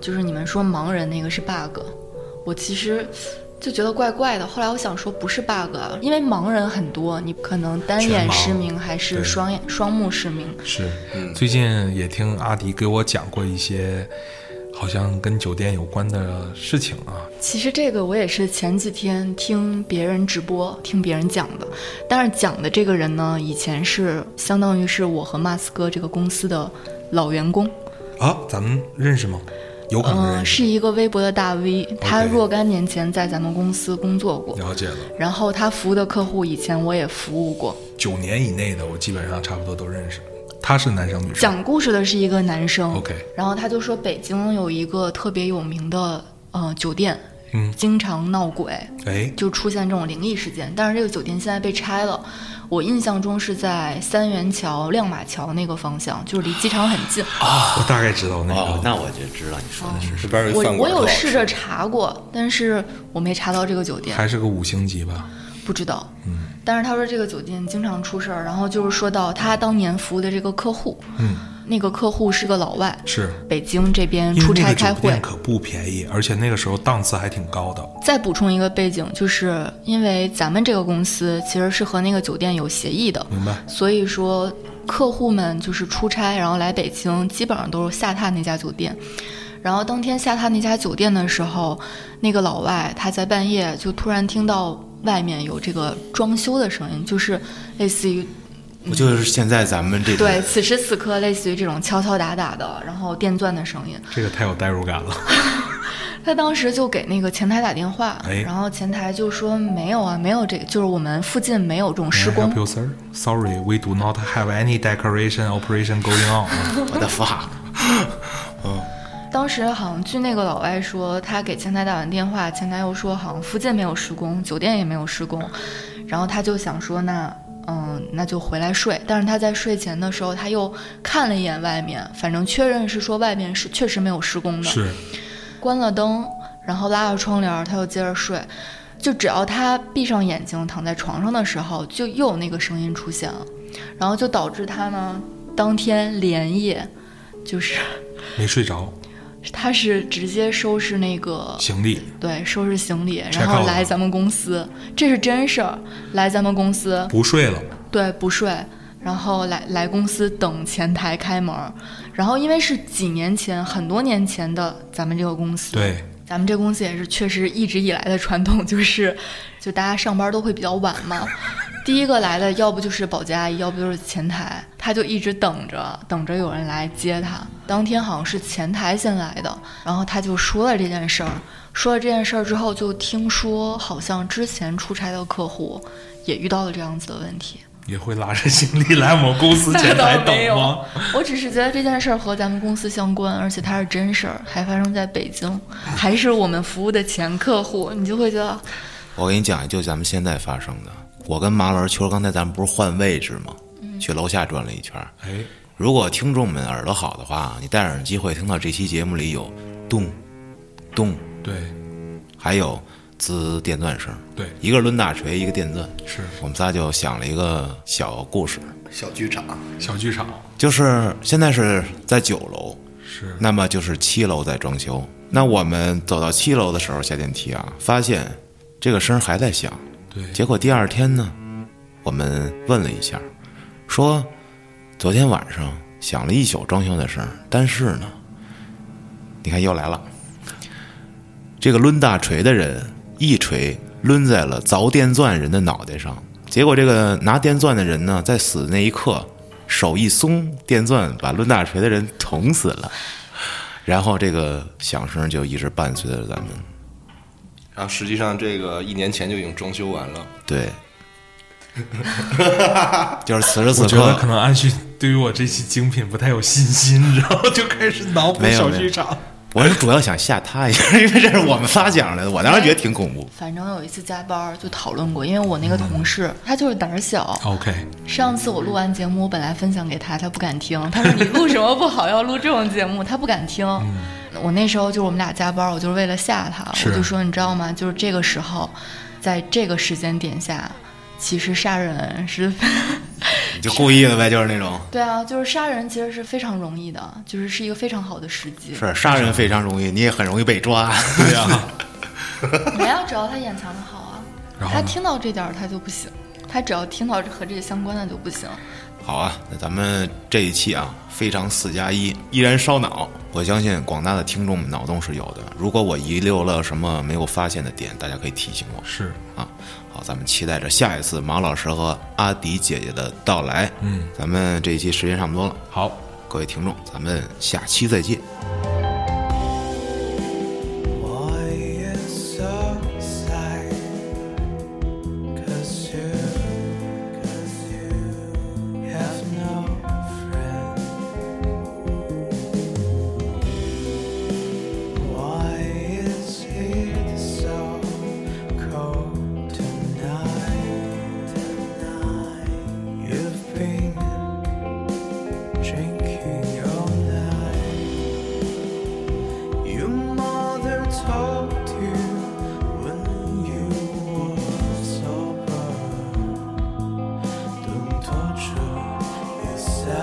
S5: 就是你们说盲人那个是 bug，我其实就觉得怪怪的。后来我想说不是 bug，啊因为盲人很多，你可能单眼
S1: 全盲
S5: 失明还是
S1: 对
S5: 双眼双目失明，
S1: 是。最近也听阿迪给我讲过一些，好像跟酒店有关的事情啊，
S5: 其实这个我也是前几天听别人直播听别人讲的，但是讲的这个人呢，以前是相当于是我和马斯克这个公司的老员工，
S1: 啊，咱们认识吗？有可能
S5: 嗯、
S1: 认识，
S5: 是一个微博的大 V，他
S1: OK
S5: 若干年前在咱们公司工作过，
S1: 了解了，
S5: 然后他服务的客户以前我也服务过。
S1: 九年以内的我基本上差不多都认识，他是男生女生，
S5: 讲故事的是一个男生
S1: OK
S5: 然后他就说北京有一个特别有名的呃酒店，
S1: 嗯
S5: 经常闹鬼，
S1: 哎，
S5: 就出现这种灵异事件。但是这个酒店现在被拆了，我印象中是在三元桥、亮马桥那个方向，就是离机场很近。
S1: 我大概知道那
S2: 哦，
S1: 个，
S2: 那我就知道你说的是什
S4: 这
S2: 么。
S4: 边有
S5: 我
S4: 一饭
S5: 我
S4: 馆
S1: 哦
S5: 有试着查过，但是我没查到这个酒店，
S1: 还是个五星级吧，
S5: 不知道。但是他说这个酒店经常出事儿，然后就是说到他当年服务的这个客户，
S1: 嗯，
S5: 那个客户是个老外，
S1: 是
S5: 北京这边
S1: 因
S5: 嗯出
S1: 为那个
S5: 差
S1: 酒
S5: 开
S1: 店
S5: 会。
S1: 可不便宜，而且那个时候档次还挺高的。
S5: 再补充一个背景，就是因为咱们这个公司其实是和那个酒店有协议的，
S1: 明白
S5: 所以说客户们就是出差，然后来北京，基本上都是下榻那家酒店。然后当天下榻那家酒店的时候，那个老外他在半夜就突然听到外面有这个装修的声音，就是类似于
S2: 不就是现在咱们这种
S5: 对此时此刻类似于这种敲敲打打的，然后电钻的声音。
S1: 这个太有代入感
S5: <laughs>
S1: 了。
S5: 他当时就给那个前台打电话，
S1: 哎
S5: 然后前台就说没有啊，没有这个，就是我们附近没有这种施
S1: May I
S5: 工
S1: help。you, sir. Sorry, we do not have any decoration operation going on 啊。
S5: <laughs>
S2: 我的 fuck，
S5: 当时好像据那个老外说，他给前台打完电话，前台又说好像附近没有施工，酒店也没有施工，然后他就想说那嗯那就回来睡，但是他在睡前的时候他又看了一眼外面，反正确认是说外面是确实没有施工的，
S1: 是，
S5: 关了灯，然后拉着窗帘儿，他又接着睡。就只要他闭上眼睛躺在床上的时候，就又有那个声音出现了，然后就导致他呢当天连夜，就是
S1: 没睡着，
S5: 他是直接收拾那个
S1: 行李
S5: 对收拾行李，
S1: Check
S5: 然后
S1: out
S5: 来
S1: 了
S5: 咱们公司，这是真事儿，来咱们公司
S1: 不睡了，
S5: 对，不睡，然后来来公司等前台开门儿，然后因为是几年前，很多年前的咱们这个公司，
S1: 对，
S5: 咱们这公司也是确实一直以来的传统，就是就大家上班都会比较晚嘛。第一个来的，要不就是保洁阿姨，要不就是前台，他就一直等着，等着有人来接他。当天好像是前台先来的，然后他就说了这件事儿。说了这件事儿之后，就听说好像之前出差的客户也遇到了这样子的问题。
S1: 也会拉着行李来我们公司前台
S5: 那倒没
S1: 等
S5: 有 <laughs>
S1: 吗？
S5: 我只是觉得这件事儿和咱们公司相关，而且它是真事儿，还发生在北京，还是我们服务的前客户，你就会觉得
S2: 我跟你讲，就咱们现在发生的。我跟马老师秋，刚才咱们不是换位置吗？
S5: 嗯
S2: 去楼下转了一圈儿。
S1: 哎，
S2: 如果听众们耳朵好的话，你戴上耳机会听到这期节目里有咚咚，
S1: 对
S2: 还有滋电钻声，
S1: 对，
S2: 一个抡大锤，一个电钻。
S1: 是
S2: 我们仨就想了一个小故事，
S4: 小剧场，
S1: 小剧场，
S2: 就是现在是在九楼，
S1: 是
S2: 那么就是七楼在装修。那我们走到七楼的时候下电梯啊，发现这个声还在响。
S1: 对，
S2: 结果第二天呢，我们问了一下，说昨天晚上响了一宿装修的声儿，但是呢，你看又来了，这个抡大锤的人一锤抡在了凿电钻人的脑袋上，结果这个拿电钻的人呢，在死的那一刻手一松，电钻把抡大锤的人捅死了。然后这个响声就一直伴随着咱们，
S4: 然后实际上这个一年前就已经装修完了，
S1: <laughs>
S2: 对，就是此时此
S1: 我
S2: 刻，
S1: 觉得可能安旭对于我这期精品不太有信心，然后就开始脑补
S2: 没有
S1: 小
S2: 没有
S1: 剧场。
S2: 我是主要想吓他一下，因为这是我们仨讲的，我当时觉得挺恐怖。
S5: 反正有一次加班儿就讨论过，因为我那个
S1: 嗯
S5: 同事他就是胆儿小。
S1: OK，
S5: 上次我录完节目，我本来分享给他，他不敢听，他说你录什么不好，要录这种节目，他不敢听。 <laughs> 我那时候就是我们俩加班儿，我就是为了吓他，
S1: 嗯是
S5: 我就说你知道吗？就是这个时候，在这个时间点下，其实杀人是
S2: 你就故意的呗，就是那种
S5: 对啊，就是杀人其实是非常容易的，就是是一个非常好的时机。
S2: 是杀人非常容易，你也很容易被抓。对呀、
S5: <laughs>
S1: 啊
S5: 没有，只要他掩藏的好啊。
S1: 然后
S5: 他
S1: 呢
S5: 听到这点儿他就不行，他只要听到和这相关的就不行。
S2: <laughs> 好啊，那咱们这一期啊，非常四加一，依然烧脑。我相信广大的听众们脑洞是有的，如果我遗留了什么没有发现的点，大家可以提醒我。
S1: 是
S2: 啊，好，咱们期待着下一次马老师和阿迪姐姐的到来。
S1: 嗯，
S2: 咱们这一期时间差不多了，
S1: 好，
S2: 各位听众，咱们下期再见。
S7: Why it's so sad? 'Cause you, 'cause you have no friend. Why is it so cold tonight? You've been drinking all night.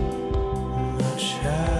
S7: much happier. Oh.